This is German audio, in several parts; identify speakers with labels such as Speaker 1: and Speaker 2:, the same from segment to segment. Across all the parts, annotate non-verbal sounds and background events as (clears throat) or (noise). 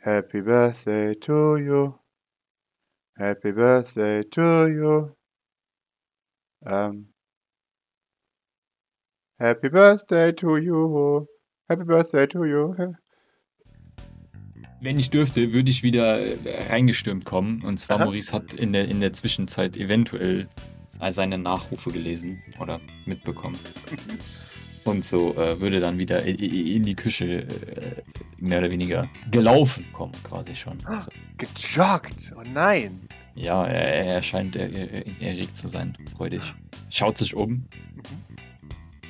Speaker 1: Happy Birthday to you. Happy Birthday to you. Ähm. Happy Birthday to you. Happy Birthday to you.
Speaker 2: Wenn ich dürfte, würde ich wieder äh, reingestürmt kommen. Und zwar,
Speaker 1: Aha.
Speaker 2: Maurice hat in der, in der Zwischenzeit eventuell seine Nachrufe gelesen oder mitbekommen. Und so äh, würde dann wieder i- i- in die Küche äh, mehr oder weniger gelaufen kommen, quasi schon. Also,
Speaker 1: Gejoggt. Oh nein.
Speaker 2: ja, er, er scheint er, er, er- erregt zu sein, freudig. Schaut sich um,
Speaker 1: Mhm.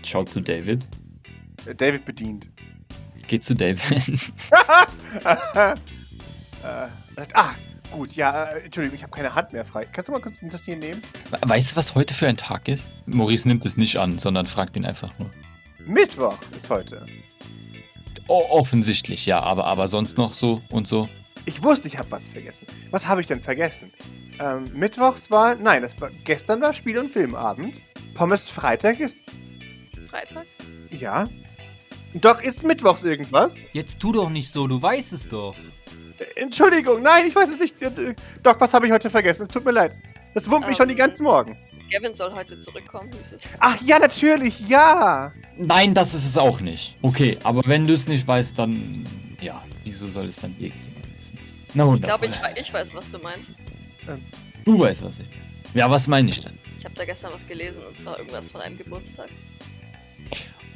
Speaker 2: schaut zu David,
Speaker 1: Äh, David bedient.
Speaker 2: geht zu David. (laughs)
Speaker 1: äh, sagt, ah, gut, ja, äh, Entschuldigung, ich habe keine Hand mehr frei. Kannst du mal kurz das hier nehmen?
Speaker 2: Weißt du, was heute für ein Tag ist? Maurice nimmt es nicht an, sondern fragt ihn einfach nur.
Speaker 1: Mittwoch ist heute.
Speaker 2: Oh, offensichtlich, ja, aber, aber sonst noch so und so.
Speaker 1: Ich wusste, ich habe was vergessen. Was habe ich denn vergessen? Ähm, Mittwochs war, nein, das war, gestern war Spiel- und Filmabend. Pommes Freitag ist,
Speaker 3: Freitags?
Speaker 1: ja. Doc, ist Mittwochs irgendwas?
Speaker 4: Jetzt tu doch nicht so, du weißt es doch.
Speaker 1: Äh, Entschuldigung, nein, ich weiß es nicht. Äh, Doc, was habe ich heute vergessen? Es tut mir leid. Das wurmt mich schon
Speaker 3: Ähm.
Speaker 1: die ganzen Morgen.
Speaker 3: Gavin soll heute zurückkommen, hieß es.
Speaker 1: Ach ja, natürlich, ja.
Speaker 2: Nein, das ist es auch nicht. Okay, aber wenn du es nicht weißt, dann. Ja, wieso soll es dann irgendjemand wissen? Na
Speaker 3: Ich glaube,
Speaker 2: wundervoll.
Speaker 3: ich, wei- ich weiß, was du meinst.
Speaker 2: Du weißt, was ich. Ja, was meine ich denn?
Speaker 3: Ich habe da gestern was gelesen und zwar irgendwas von einem Geburtstag.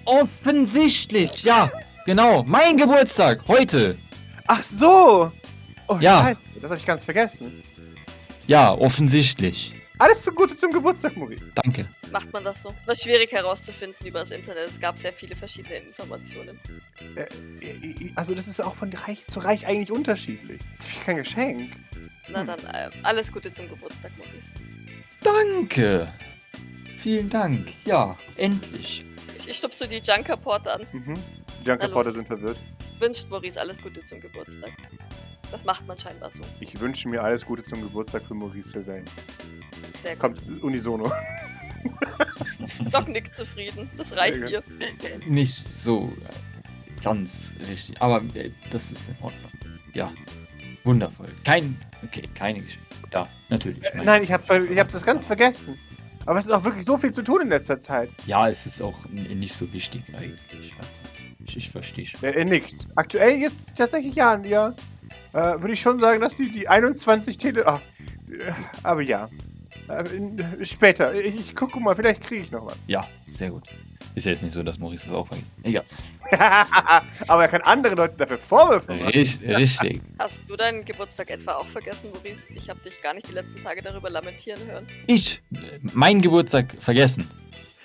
Speaker 2: Offensichtlich, ja. Genau, mein Geburtstag, heute.
Speaker 1: Ach so. Oh,
Speaker 2: Ja.
Speaker 1: Scheiße, das habe ich ganz vergessen.
Speaker 2: Ja, offensichtlich.
Speaker 1: Alles zugute zum Geburtstag, Maurice.
Speaker 2: Danke.
Speaker 3: Macht man das so? Es war schwierig herauszufinden über das Internet. Es gab sehr viele verschiedene Informationen.
Speaker 1: Also das ist auch von Reich zu Reich eigentlich unterschiedlich. Jetzt habe ich kein Geschenk.
Speaker 3: Na
Speaker 1: Hm.
Speaker 3: dann, äh, alles Gute zum Geburtstag, Maurice.
Speaker 2: Danke. Vielen Dank. Ja, endlich.
Speaker 3: Ich, ich stupse die Junkerporte an.
Speaker 1: Mhm.
Speaker 3: Na
Speaker 1: Junker
Speaker 3: los.
Speaker 1: Porter sind verwirrt.
Speaker 3: Wünscht Maurice alles Gute zum Geburtstag. Das macht man scheinbar so.
Speaker 1: Ich wünsche mir alles Gute zum Geburtstag für Maurice Sylvain.
Speaker 3: Sehr gut.
Speaker 1: Kommt, unisono.
Speaker 3: Doc nickt zufrieden. Das reicht
Speaker 1: Sehr
Speaker 3: dir.
Speaker 2: Nicht so äh, ganz richtig, aber äh, das ist in Ordnung. Ja, wundervoll. Kein, okay, keine Geschichte. Ja, natürlich.
Speaker 1: (laughs) Äh, Nein, ich habe ich hab das ganz vergessen. Aber es ist auch wirklich so viel zu tun in letzter Zeit.
Speaker 2: Ja, es ist auch n- nicht so wichtig eigentlich. Ich, ich verstehe schon.
Speaker 1: Er, er nickt. Äh, Aktuell jetzt tatsächlich ja, ja. Äh, Würde ich schon sagen, dass die, die 21 Tele... Ach, äh, aber ja. Äh, in- später. Ich, ich gucke mal, vielleicht kriege ich noch was. (laughs)
Speaker 2: Ja, sehr gut. Ist ja jetzt nicht so, dass Maurice das auch vergisst. Egal.
Speaker 1: aber er kann anderen Leuten dafür Vorwürfe machen.
Speaker 2: Richt, richtig.
Speaker 3: Hast du deinen Geburtstag etwa auch vergessen, Maurice? Ich habe dich gar nicht die letzten Tage darüber lamentieren hören.
Speaker 2: Ich, äh, mein Geburtstag vergessen.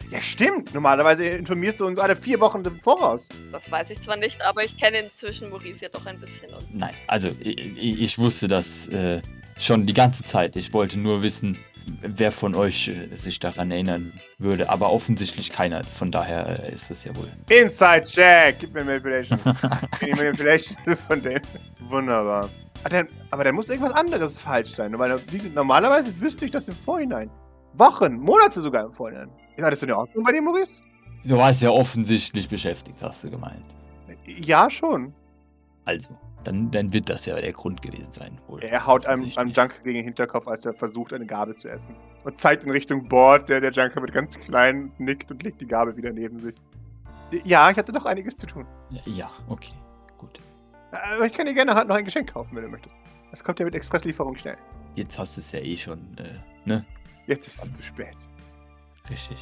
Speaker 1: Ja, stimmt. Normalerweise informierst du uns alle vier Wochen im Voraus.
Speaker 3: Das weiß ich zwar nicht, aber ich kenne inzwischen Maurice ja doch ein bisschen. Und
Speaker 2: Nein, also ich, ich wusste das äh, schon die ganze Zeit. Ich wollte nur wissen, wer von euch äh, sich daran erinnern würde. Aber offensichtlich keiner. Von daher äh, ist es ja wohl.
Speaker 1: Inside Check. Gib mir Manipulation. Gib mir Manipulation (laughs) von dem. Wunderbar. Ah, dann- Aber dann muss irgendwas anderes falsch sein. Weil wie gesagt, normalerweise wüsste ich das im Vorhinein. Wochen, Monate sogar im Vorhinein. Ist alles in Ordnung bei dir, Maurice?
Speaker 2: Du warst ja offensichtlich beschäftigt, hast du gemeint.
Speaker 1: Ja, schon.
Speaker 2: Also, dann, dann wird das ja der Grund gewesen sein. Wohl.
Speaker 1: Er haut einem, einem
Speaker 2: Offensichtlich.
Speaker 1: Junker gegen den Hinterkopf, als er versucht, eine Gabel zu essen. Und zeigt in Richtung Bord, der der Junker mit ganz klein nickt und legt die Gabel wieder neben sich. Ja, ich hatte doch einiges zu tun. Äh,
Speaker 2: Ja, okay, gut.
Speaker 1: Aber ich kann dir gerne noch ein Geschenk kaufen, wenn du möchtest. Das kommt ja mit Expresslieferung schnell.
Speaker 2: Jetzt hast du es ja eh schon, äh, ne?
Speaker 1: Jetzt ist es zu spät.
Speaker 2: Richtig.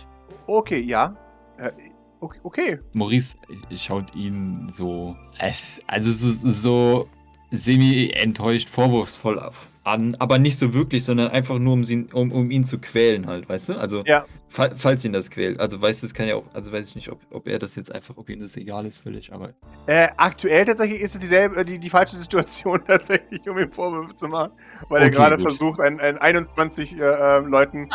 Speaker 1: Okay, ja. Äh, okay, okay.
Speaker 2: Maurice äh, schaut ihn so, es, also so, so semi-enttäuscht, vorwurfsvoll auf- an, aber nicht so wirklich, sondern einfach nur, um, sie, um, um ihn zu quälen halt, weißt du? Also,
Speaker 1: Ja.
Speaker 2: fa falls ihn das quält. Also, weißt du, es kann ja auch, also weiß ich nicht, ob, ob er das jetzt einfach, ob ihm das egal ist völlig, aber
Speaker 1: Äh, aktuell tatsächlich ist es dieselbe, äh, die, die falsche Situation (laughs) tatsächlich, um ihm Vorwürfe zu machen. Weil er
Speaker 2: Okay,
Speaker 1: gerade
Speaker 2: gut.
Speaker 1: versucht, einen, einen 21 äh, äh, Leuten,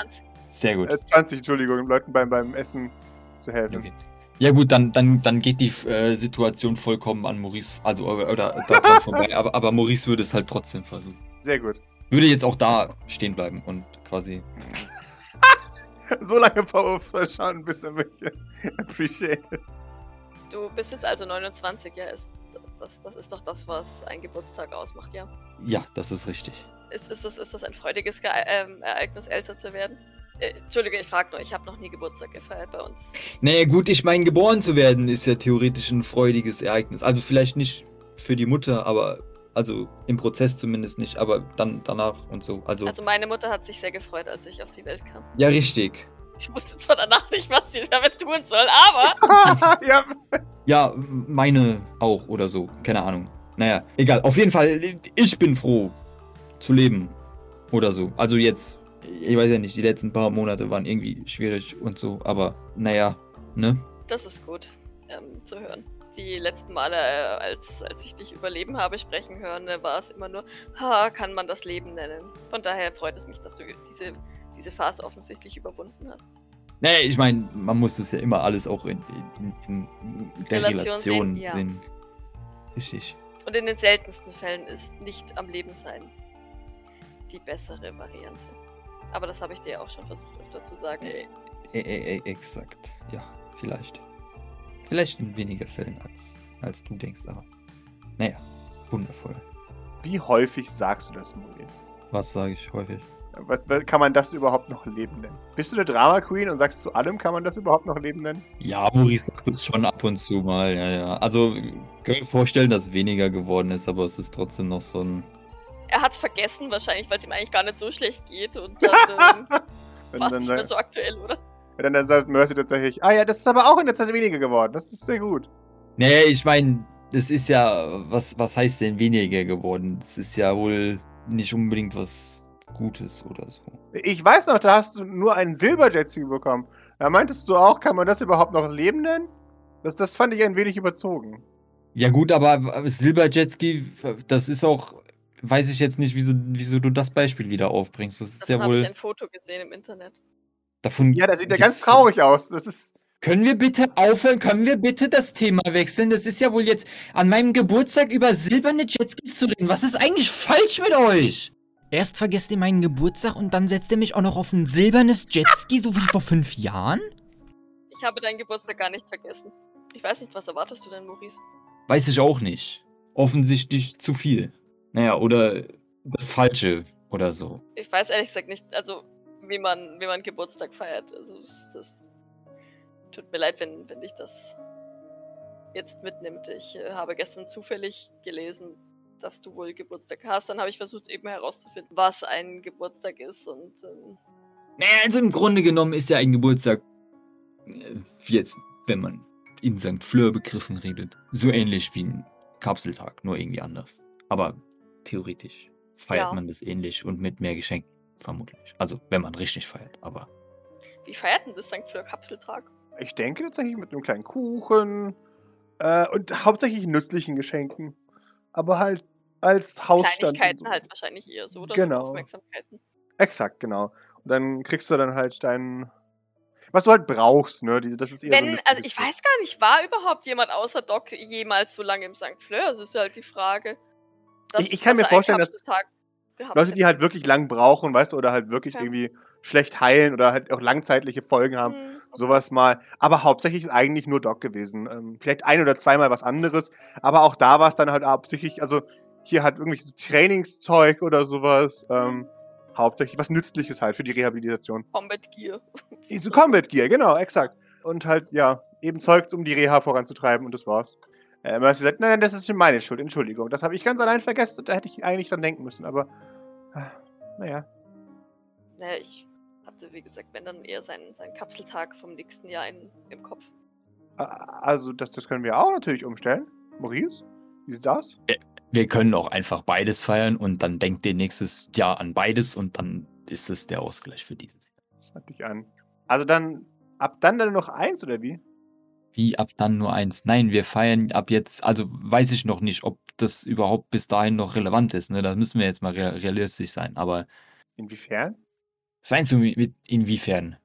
Speaker 2: sehr gut.
Speaker 1: äh, 20, Entschuldigung, Leuten beim, beim Essen zu helfen.
Speaker 2: Okay. Ja gut, dann, dann, dann geht die äh, Situation vollkommen an Maurice, also oder, oder
Speaker 1: (laughs)
Speaker 2: daran vorbei, aber, aber Maurice würde es halt trotzdem versuchen.
Speaker 1: Sehr gut. (laughs)
Speaker 2: Würde jetzt auch da stehen bleiben und quasi.
Speaker 1: So lange Vorwürfe (laughs) schauen, bis er mich äh, appreciated.
Speaker 3: du bist jetzt also 29, ja? Ist Das, das ist doch das, was ein Geburtstag ausmacht, ja.
Speaker 2: Ja, das ist richtig.
Speaker 3: Ist, ist, das, ist das ein freudiges Ge ähm, Ereignis, älter zu werden? Äh, Entschuldige, ich frage nur, ich habe noch nie Geburtstag gefeiert bei uns.
Speaker 5: Naja, gut, ich meine, geboren zu werden ist ja theoretisch ein freudiges Ereignis. Also vielleicht nicht für die Mutter, aber also im Prozess zumindest nicht, aber dann danach und so. Also,
Speaker 3: Also meine Mutter hat sich sehr gefreut, als ich auf die Welt kam.
Speaker 5: ja, richtig.
Speaker 3: Ich wusste zwar danach nicht, was sie damit tun soll, aber
Speaker 1: Ah, ja.
Speaker 2: Ja, meine auch oder so. Keine Ahnung. Naja, egal. Auf jeden Fall, ich bin froh zu leben. Oder so. Also jetzt, ich weiß ja nicht, die letzten paar Monate waren irgendwie schwierig und so, aber naja, ne?
Speaker 3: das ist gut ähm, zu hören. Die letzten Male, äh, als, als ich dich überleben habe sprechen hören, äh, war es immer nur, ha, kann man das Leben nennen. Von daher freut es mich, dass du diese, diese Phase offensichtlich überwunden hast.
Speaker 2: Nee, ich meine, man muss das ja immer alles auch in, in, in der
Speaker 3: Relation
Speaker 2: Relation
Speaker 3: sehen, ja.
Speaker 2: sehen. Richtig.
Speaker 3: Und in den seltensten Fällen ist nicht am Leben sein die bessere Variante. Aber das habe ich dir ja auch schon versucht öfter zu sagen.
Speaker 2: Äh, äh, äh, exakt. Ja, vielleicht. Vielleicht in weniger Fällen als, als du denkst, aber naja, wundervoll.
Speaker 1: Wie häufig sagst du das, Maurice?
Speaker 2: Was sage ich häufig?
Speaker 1: Was, was, kann man das überhaupt noch leben nennen? Bist du eine Drama Queen und sagst zu allem, kann man das überhaupt noch leben nennen?
Speaker 2: Ja, Maurice sagt es schon ab und zu mal, ja, ja. Also, kann mir vorstellen, dass weniger geworden ist, aber es ist trotzdem noch so ein.
Speaker 3: Er hat es vergessen wahrscheinlich, weil es ihm eigentlich gar nicht so schlecht geht und dann ähm,
Speaker 1: Dann,
Speaker 3: war es
Speaker 1: dann,
Speaker 3: nicht mehr so aktuell, oder?
Speaker 1: ja, dann, dann sagt Mercy tatsächlich, ah ja, das ist aber auch in der Zeit weniger geworden. Das ist sehr gut.
Speaker 2: Nee, ich meine, es ist ja. Was, was heißt denn weniger geworden? Es ist ja wohl nicht unbedingt was Gutes oder so.
Speaker 1: Ich weiß noch, da hast du nur einen Silberjetski bekommen. Da meintest du auch, kann man das überhaupt noch leben nennen? Das, das fand ich ein wenig überzogen.
Speaker 2: Ja, gut, aber Silberjetski, das ist auch. Weiß ich jetzt nicht, wieso, wieso du das Beispiel wieder aufbringst. Das ist
Speaker 3: Davon
Speaker 2: ja
Speaker 3: habe ich
Speaker 2: wohl.
Speaker 3: ein Foto gesehen im Internet.
Speaker 2: Davon
Speaker 1: Ja, das sieht ja ganz
Speaker 2: gibt's-
Speaker 1: traurig aus. Das ist.
Speaker 2: Können wir bitte aufhören? Können wir bitte das Thema wechseln? Das ist ja wohl jetzt an meinem Geburtstag über silberne Jetskis zu reden. Was ist eigentlich falsch mit euch?
Speaker 4: Erst vergesst ihr meinen Geburtstag und dann setzt ihr mich auch noch auf ein silbernes Jetski, so wie vor fünf Jahren?
Speaker 3: Ich habe deinen Geburtstag gar nicht vergessen. Ich weiß nicht, was erwartest du denn, Maurice?
Speaker 2: Weiß ich auch nicht. Offensichtlich zu viel. Naja, oder das Falsche oder so.
Speaker 3: Ich weiß ehrlich gesagt nicht, also wie man, wie man Geburtstag feiert. Also es- das tut mir leid, wenn, wenn dich das jetzt mitnimmt. Ich äh, habe gestern zufällig gelesen, dass du wohl Geburtstag hast. Dann habe ich versucht eben herauszufinden, was ein Geburtstag ist. Und ähm,
Speaker 2: Naja, also im Grunde genommen ist ja ein Geburtstag äh, jetzt, wenn man in St. Fleur begriffen redet, so ähnlich wie ein Kapseltag, nur irgendwie anders. Aber theoretisch feiert
Speaker 3: Ja.
Speaker 2: man das ähnlich und mit mehr Geschenken, vermutlich. Also, wenn man richtig feiert, aber
Speaker 3: wie feiert denn das St. Fleur Kapseltag?
Speaker 1: Ich denke tatsächlich mit einem kleinen Kuchen äh, und hauptsächlich nützlichen Geschenken. Aber halt als Hausstand.
Speaker 3: Kleinigkeiten halt wahrscheinlich eher so, oder?
Speaker 1: Genau.
Speaker 3: Aufmerksamkeiten.
Speaker 1: Exakt, genau. Und dann kriegst du dann halt deinen. Was du halt brauchst, ne? Die- Das ist eher so
Speaker 3: Wenn,
Speaker 1: eine
Speaker 3: also ich weiß gar nicht, war überhaupt jemand außer Doc jemals so lange im St. Fleur? Das ist halt die Frage.
Speaker 1: Ich- ich kann mir
Speaker 3: er einen
Speaker 1: vorstellen, dass
Speaker 3: Kapseltag gehabt
Speaker 1: Leute, die
Speaker 3: hätte.
Speaker 1: halt wirklich lang brauchen, weißt du, oder halt wirklich
Speaker 3: Ja.
Speaker 1: irgendwie schlecht heilen oder halt auch langzeitliche Folgen haben.
Speaker 3: Hm.
Speaker 1: Sowas mal. Aber hauptsächlich ist eigentlich nur Doc gewesen. Ähm, vielleicht ein oder zweimal was anderes. Aber auch da war es dann halt hauptsächlich, also hier halt irgendwie so Trainingszeug oder sowas. Ähm, hauptsächlich was Nützliches halt für die Rehabilitation.
Speaker 3: Combat Gear.
Speaker 1: Zu Combat Gear, genau, exakt. Und halt, ja, eben Zeugs, um die Reha voranzutreiben und das war's. Äh, Mercy sagt, nein, nein, das ist schon meine Schuld, Entschuldigung. Das habe ich ganz allein vergessen und da hätte ich eigentlich dran denken müssen, aber ah, naja.
Speaker 3: Naja, ich hatte, wie gesagt, wenn dann eher seinen, seinen Kapseltag vom nächsten Jahr in, im Kopf.
Speaker 1: A- Also, das, das können wir auch natürlich umstellen. Maurice, wie sieht's aus?
Speaker 2: wir können auch einfach beides feiern und dann denkt ihr nächstes Jahr an beides und dann ist es der Ausgleich für dieses Jahr.
Speaker 1: Das hat dich an. Also dann, ab dann dann noch eins, oder wie?
Speaker 2: Wie ab dann nur eins? Nein, wir feiern ab jetzt, also weiß ich noch nicht, ob das überhaupt bis dahin noch relevant ist. Ne? Da müssen wir jetzt mal real- realistisch sein, aber
Speaker 1: Inwiefern?
Speaker 2: Sein zu mit inwiefern?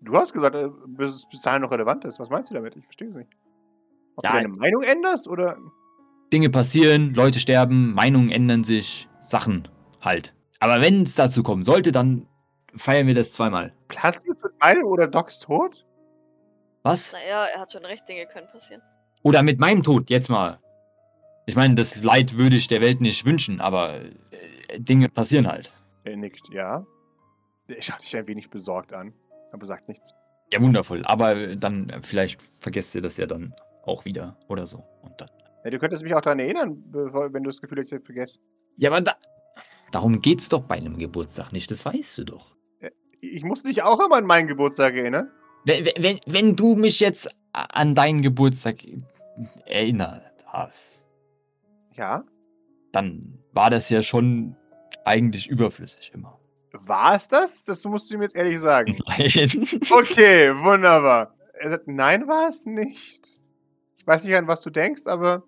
Speaker 1: Du hast gesagt, äh, bis es bis dahin noch relevant ist. Was meinst du damit? Ich verstehe es nicht. Ob
Speaker 2: Ja,
Speaker 1: du deine Meinung änderst oder
Speaker 2: Dinge passieren, Leute sterben, Meinungen ändern sich, Sachen halt. Aber wenn es dazu kommen sollte, dann feiern wir das zweimal.
Speaker 1: platzt es mit meinem oder Docs Tod?
Speaker 2: Was?
Speaker 3: Naja, er hat schon recht, Dinge können passieren.
Speaker 2: Oder mit meinem Tod, jetzt mal. Ich meine, das Leid würde ich der Welt nicht wünschen, aber äh, Dinge passieren halt.
Speaker 1: Er nickt, ja. Er schaut dich ein wenig besorgt an, aber sagt nichts.
Speaker 2: Ja, wundervoll. Aber äh, dann, äh, vielleicht vergesst ihr das ja dann auch wieder oder so. Und dann.
Speaker 1: Ja, du könntest mich auch daran erinnern, bevor- wenn du das Gefühl hast, ich hab vergessen.
Speaker 2: Ja, aber da. Darum geht's doch bei einem Geburtstag nicht, das weißt du doch.
Speaker 1: Ich muss dich auch immer an meinen Geburtstag erinnern.
Speaker 2: Wenn, wenn, wenn du mich jetzt a- an deinen Geburtstag erinnert hast,
Speaker 1: Ja.
Speaker 2: dann war das ja schon eigentlich überflüssig immer.
Speaker 1: War es das? Das musst du mir jetzt ehrlich sagen.
Speaker 2: (laughs) Nein.
Speaker 1: Okay, wunderbar. Er sagt, nein, war es nicht. Ich weiß nicht, an was du denkst, aber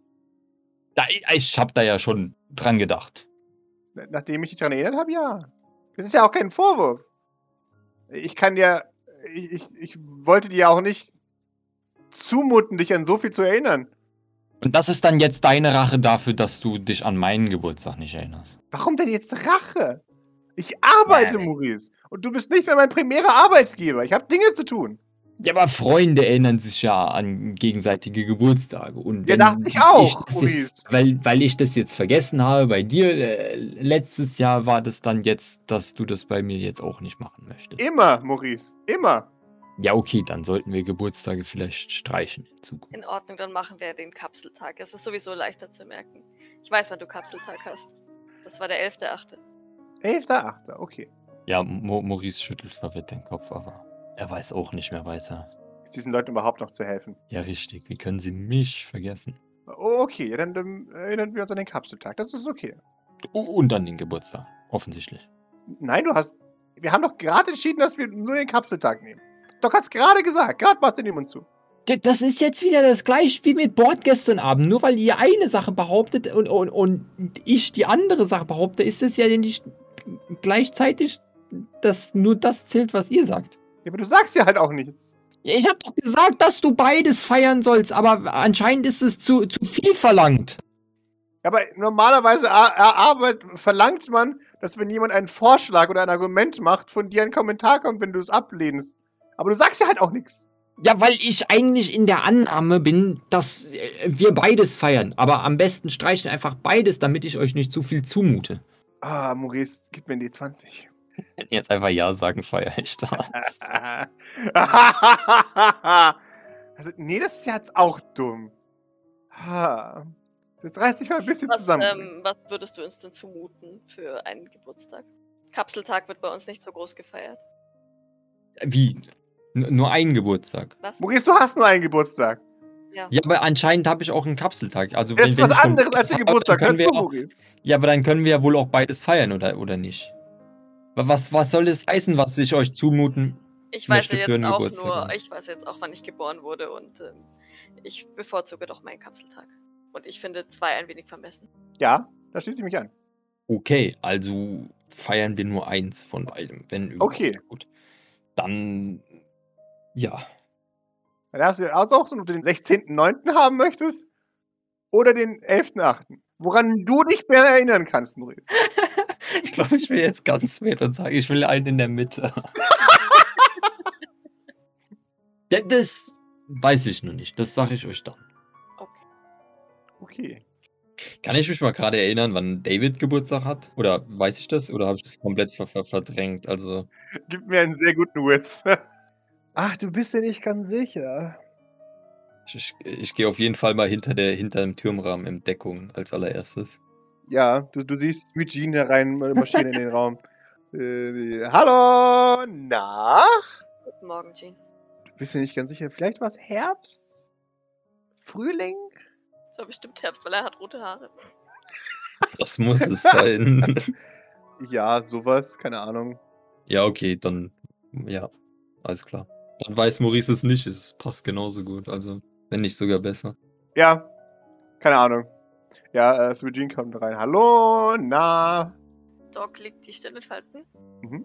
Speaker 2: Ja, ich- ich hab da ja schon dran gedacht.
Speaker 1: nachdem ich dich daran erinnert habe, ja. Es ist ja auch kein Vorwurf. Ich kann dir, ich, ich, ich wollte dir auch nicht zumuten, dich an so viel zu erinnern.
Speaker 2: Und das ist dann jetzt deine Rache dafür, dass du dich an meinen Geburtstag nicht erinnerst.
Speaker 1: Warum denn jetzt Rache? Ich arbeite, Maurice. Und du bist nicht mehr mein primärer Arbeitgeber. Ich habe Dinge zu tun.
Speaker 2: Ja, aber Freunde erinnern sich ja an gegenseitige Geburtstage. Und
Speaker 1: Ja,
Speaker 2: wenn
Speaker 1: dachte ich auch,
Speaker 2: das jetzt,
Speaker 1: Maurice.
Speaker 2: weil, weil ich das jetzt vergessen habe bei dir, äh, letztes Jahr war das dann jetzt, dass du das bei mir jetzt auch nicht machen möchtest.
Speaker 1: Immer, Maurice. Immer.
Speaker 2: Ja, okay, dann sollten wir Geburtstage vielleicht streichen in Zukunft.
Speaker 3: In Ordnung, dann machen wir den Kapseltag. Es ist sowieso leichter zu merken. Ich weiß, wann du Kapseltag hast. Das war der 11.8.
Speaker 1: 11.8. Okay.
Speaker 2: Ja, Mo Maurice schüttelt verwirrt den Kopf, aber er weiß auch nicht mehr weiter.
Speaker 1: Ist diesen Leuten überhaupt noch zu helfen?
Speaker 2: Ja, richtig. Wie können sie mich vergessen?
Speaker 1: Oh, okay. Ja, dann, dann erinnern wir uns an den Kapseltag. Das ist okay.
Speaker 2: U- Und an den Geburtstag, offensichtlich.
Speaker 1: Nein, du hast. Wir haben doch gerade entschieden, dass wir nur den Kapseltag nehmen. Doch hast gerade gesagt. Gerade machst du den Mund zu.
Speaker 2: Das ist jetzt wieder das gleiche wie mit Bord gestern Abend. Nur weil ihr eine Sache behauptet und, und, und ich die andere Sache behaupte, ist es ja nicht gleichzeitig, dass nur das zählt, was ihr sagt.
Speaker 1: Ja, aber du sagst ja halt auch nichts.
Speaker 2: Ja, ich habe doch gesagt, dass du beides feiern sollst, aber anscheinend ist es zu, zu viel verlangt.
Speaker 1: Aber normalerweise ar- erarbeit, verlangt man, dass wenn jemand einen Vorschlag oder ein Argument macht, von dir ein Kommentar kommt, wenn du es ablehnst. Aber du sagst ja halt auch nichts.
Speaker 2: Ja, weil ich eigentlich in der Annahme bin, dass äh, wir beides feiern. Aber am besten streichen einfach beides, damit ich euch nicht zu viel zumute.
Speaker 1: Ah, Maurice, gib mir die (laughs) 20.
Speaker 2: Jetzt einfach Ja sagen, feiere ich das.
Speaker 1: also, nee, das ist ja jetzt auch dumm. Ah, Jetzt reiß dich mal ein bisschen
Speaker 3: Was,
Speaker 1: zusammen.
Speaker 3: ähm, was würdest du uns denn zumuten für einen Geburtstag? Kapseltag wird bei uns nicht so groß gefeiert.
Speaker 2: Wie? N nur einen Geburtstag.
Speaker 3: Was?
Speaker 1: Maurice, du hast nur einen Geburtstag.
Speaker 2: Ja, aber anscheinend habe ich auch einen Kapseltag. Also,
Speaker 1: Das ist
Speaker 2: wenn
Speaker 1: was
Speaker 2: ich schon
Speaker 1: anderes als der
Speaker 2: habe,
Speaker 1: Geburtstag.
Speaker 2: Dann
Speaker 1: Hör
Speaker 2: können wir
Speaker 1: zu,
Speaker 2: auch,
Speaker 1: Maurice.
Speaker 2: ja, aber dann können wir ja wohl auch beides feiern, oder, oder nicht? Wa- Was, was soll es heißen, was ich euch zumuten?
Speaker 3: Ich weiß
Speaker 2: möchte
Speaker 3: ja
Speaker 2: für
Speaker 3: jetzt
Speaker 2: einen
Speaker 3: auch
Speaker 2: Geburtstag
Speaker 3: nur,
Speaker 2: haben.
Speaker 3: ich weiß jetzt auch, wann ich geboren wurde und ähm, ich bevorzuge doch meinen Kapseltag. Und ich finde zwei ein wenig vermessen.
Speaker 1: Ja, da schließe ich mich an.
Speaker 2: (laughs) Okay, also feiern wir nur eins von beidem. Wenn überhaupt.
Speaker 1: Okay.
Speaker 2: Gut. Dann. Ja. (laughs)
Speaker 1: Dann darfst du also auch, ob du den 16.09. haben möchtest oder den 11.08. Woran du dich mehr erinnern kannst, Maurice.
Speaker 2: Ich glaube, ich will jetzt ganz mit und sage, ich will einen in der (laughs) Mitte. ja, das weiß ich noch nicht. Das sage ich euch dann.
Speaker 3: Okay.
Speaker 1: Okay.
Speaker 2: Kann ich mich mal gerade erinnern, wann David Geburtstag hat? Oder weiß ich das? Oder habe ich das komplett ver ver verdrängt? Also,
Speaker 1: Gib mir einen sehr guten Witz. (laughs) Ach, du bist dir nicht ganz sicher.
Speaker 2: ich, ich, ich gehe auf jeden Fall mal hinter, der, hinter dem Türmrahmen in Deckung als allererstes.
Speaker 1: Ja, du, du siehst Eugene herein marschieren in den (laughs) Raum. Äh, hallo, na?
Speaker 3: Guten Morgen, Jean.
Speaker 1: Du bist dir nicht ganz sicher. Vielleicht war es Herbst? Frühling?
Speaker 3: Es war bestimmt Herbst, weil er hat rote Haare.
Speaker 2: Das muss
Speaker 1: (laughs)
Speaker 2: es sein.
Speaker 1: Ja, sowas, keine Ahnung.
Speaker 2: ja, okay, dann. Ja, alles klar. Dann weiß Maurice es nicht. Es passt genauso gut. Also, wenn nicht sogar besser.
Speaker 1: Ja, keine Ahnung. Ja, äh, Sir Eugene kommt rein. Hallo, na?
Speaker 3: Doc liegt die Stirn in Falten.
Speaker 1: Mhm.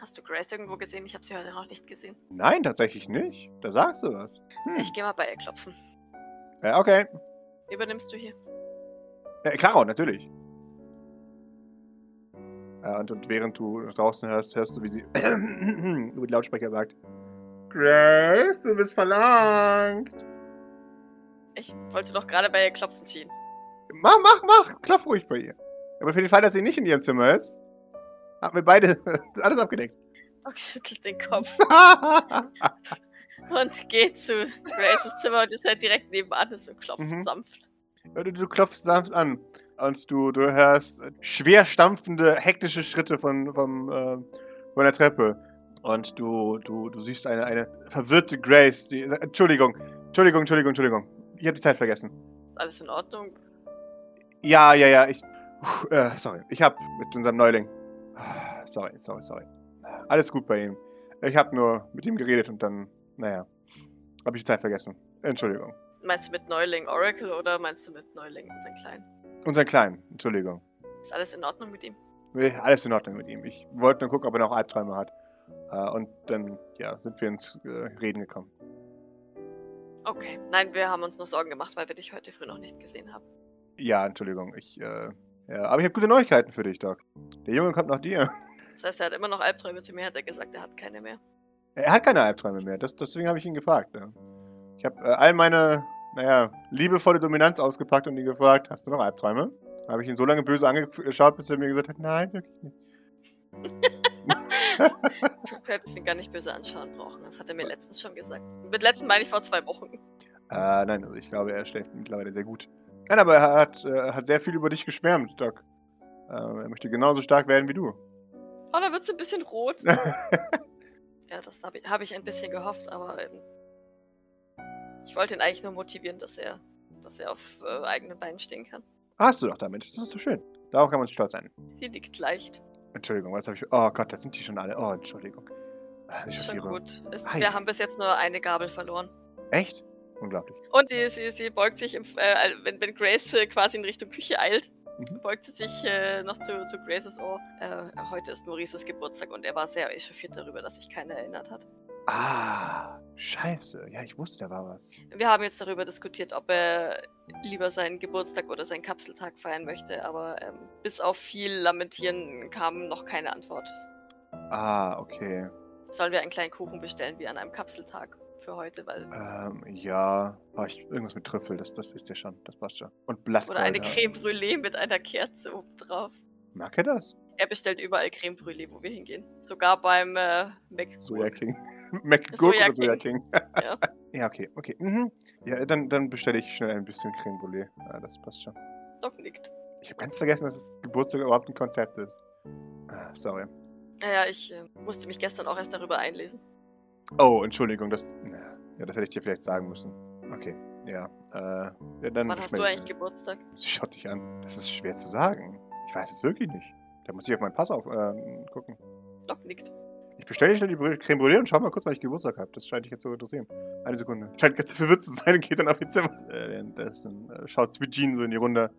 Speaker 3: Hast du Grace irgendwo gesehen? Ich habe sie heute noch nicht gesehen.
Speaker 1: Nein, tatsächlich nicht. Da sagst du was. Hm.
Speaker 3: Ich gehe mal bei ihr klopfen.
Speaker 1: Äh, okay.
Speaker 3: Übernimmst du hier?
Speaker 1: Äh, Klaro, natürlich. Äh, und, und während du draußen hörst, hörst du, wie sie (clears throat) über die Lautsprecher sagt: Grace, du bist verlangt.
Speaker 3: Ich wollte doch gerade bei ihr klopfen, Jean.
Speaker 1: Mach, mach, mach. Klopf ruhig bei ihr. Aber für den Fall, dass sie nicht in ihrem Zimmer ist, haben wir beide (laughs) alles abgedeckt.
Speaker 3: Doc Oh, schüttelt den Kopf (laughs) und geht zu Graces Zimmer und ist halt direkt nebenan ist und klopft
Speaker 1: Mhm.
Speaker 3: sanft.
Speaker 1: du, du klopfst sanft an und du, du hörst schwer stampfende, hektische Schritte von, vom, äh, von der Treppe. Und du, du, du siehst eine, eine verwirrte Grace, die sagt, Entschuldigung, Entschuldigung, Entschuldigung, Entschuldigung. Ich habe die Zeit vergessen.
Speaker 3: Ist alles in Ordnung?
Speaker 1: Ja, ja, ja, ich. Puh, äh, sorry, ich hab mit unserem Neuling. Ah, Sorry, sorry, sorry. Alles gut bei ihm. Ich hab nur mit ihm geredet und dann, naja, hab ich die Zeit vergessen. Entschuldigung.
Speaker 3: Meinst du mit Neuling Oracle oder meinst du mit Neuling unseren Kleinen?
Speaker 1: Unseren Kleinen, Entschuldigung.
Speaker 3: Ist alles in Ordnung mit ihm?
Speaker 1: Nee, Alles in Ordnung mit ihm. Ich wollte nur gucken, ob er noch Albträume hat. Äh, und dann, ja, sind wir ins äh, Reden gekommen.
Speaker 3: Okay. Nein, wir haben uns nur Sorgen gemacht, weil wir dich heute früh noch nicht gesehen haben.
Speaker 1: Ja, Entschuldigung, ich, äh, ja, aber ich habe gute Neuigkeiten für dich, Doc. Der Junge kommt nach dir. (laughs)
Speaker 3: Das heißt, er hat immer noch Albträume zu mir, hat er gesagt, er hat keine mehr.
Speaker 1: Er hat keine Albträume mehr, das, deswegen habe ich ihn gefragt. Ja. Ich habe äh, all meine, naja, liebevolle Dominanz ausgepackt und ihn gefragt, hast du noch Albträume? Da habe ich ihn so lange böse angeschaut, bis er mir gesagt hat, nein, wirklich nicht.
Speaker 3: Du hättest ihn gar nicht böse anschauen brauchen. Das hat er mir letztens schon gesagt. Mit letzten meine ich vor zwei Wochen.
Speaker 1: Äh, nein, also ich glaube, er schläft mittlerweile sehr gut. Nein, aber er hat, äh, hat sehr viel über dich geschwärmt, Doc. Äh, er möchte genauso stark werden wie du.
Speaker 3: Oh, da wird's ein
Speaker 1: (laughs)
Speaker 3: bisschen rot. Ja, das habe ich, hab ich ein bisschen gehofft, aber ähm, ich wollte ihn eigentlich nur motivieren, dass er, dass er auf äh, eigenen Beinen stehen kann.
Speaker 1: Ah, hast du doch damit, das ist so schön. Darauf kann man stolz sein.
Speaker 3: Sie liegt leicht.
Speaker 1: Entschuldigung, was habe ich... Oh Gott, das sind die schon alle. Oh, Entschuldigung. Ah, die
Speaker 3: Ist schon
Speaker 1: Schockierung.
Speaker 3: gut. Ist,
Speaker 1: Ei.
Speaker 3: wir haben bis jetzt nur eine Gabel verloren.
Speaker 1: Echt? Unglaublich.
Speaker 3: Und sie, sie, sie beugt sich, im, äh, wenn, wenn Grace äh, quasi in Richtung Küche eilt,
Speaker 1: Mhm.
Speaker 3: beugt sie sich äh, noch zu, zu Graces Ohr. Äh, heute ist Maurices Geburtstag und er war sehr echauffiert darüber, dass sich keiner erinnert hat.
Speaker 1: Ah, scheiße. Ja, ich wusste, da war was.
Speaker 3: Wir haben jetzt darüber diskutiert, ob er lieber seinen Geburtstag oder seinen Kapseltag feiern möchte, aber ähm, bis auf viel Lamentieren kam noch keine Antwort.
Speaker 1: Ah, okay.
Speaker 3: Sollen wir einen kleinen Kuchen bestellen wie an einem Kapseltag für heute, weil.
Speaker 1: Ähm, ja. Ah, ich, irgendwas mit Trüffel, das, das ist ja schon. Das passt schon. Und Blatt.
Speaker 3: Oder eine Creme Brûlée mit einer Kerze obendrauf.
Speaker 1: Mag er das?
Speaker 3: Er bestellt überall Creme Brûlée, wo wir hingehen. Sogar beim äh, Mac.
Speaker 1: Soja King. (laughs) McGurk
Speaker 3: Soja
Speaker 1: oder Soja King.
Speaker 3: (laughs) Ja.
Speaker 1: ja, okay, okay. Mhm. Ja, dann, dann bestelle ich schnell ein bisschen Creme Brûlée. Ah, das passt schon.
Speaker 3: Doc nickt.
Speaker 1: Ich habe ganz vergessen, dass es Geburtstag überhaupt ein Konzept ist. Ah, sorry.
Speaker 3: Naja, ich äh, musste mich gestern auch erst darüber einlesen.
Speaker 1: Oh, Entschuldigung, das. na, Ja, das hätte ich dir vielleicht sagen müssen. Okay, ja. Äh, ja dann
Speaker 3: Wann
Speaker 1: beschmeiß
Speaker 3: hast du
Speaker 1: ich
Speaker 3: eigentlich
Speaker 1: das.
Speaker 3: Geburtstag?
Speaker 1: Sie schaut dich an. Das ist schwer zu sagen. Ich weiß es wirklich nicht. Da muss ich auf meinen Pass auf, ähm, gucken.
Speaker 3: Doc nickt.
Speaker 1: Ich bestelle schnell die Brü- Creme Brûlée und schau mal kurz, wann ich Geburtstag habe. Das scheint dich jetzt zu interessieren. Eine Sekunde. Scheint ganz verwirrt zu sein und geht dann auf ihr Zimmer. (laughs) Äh, währenddessen äh, schaut Sweet Jean so in die Runde.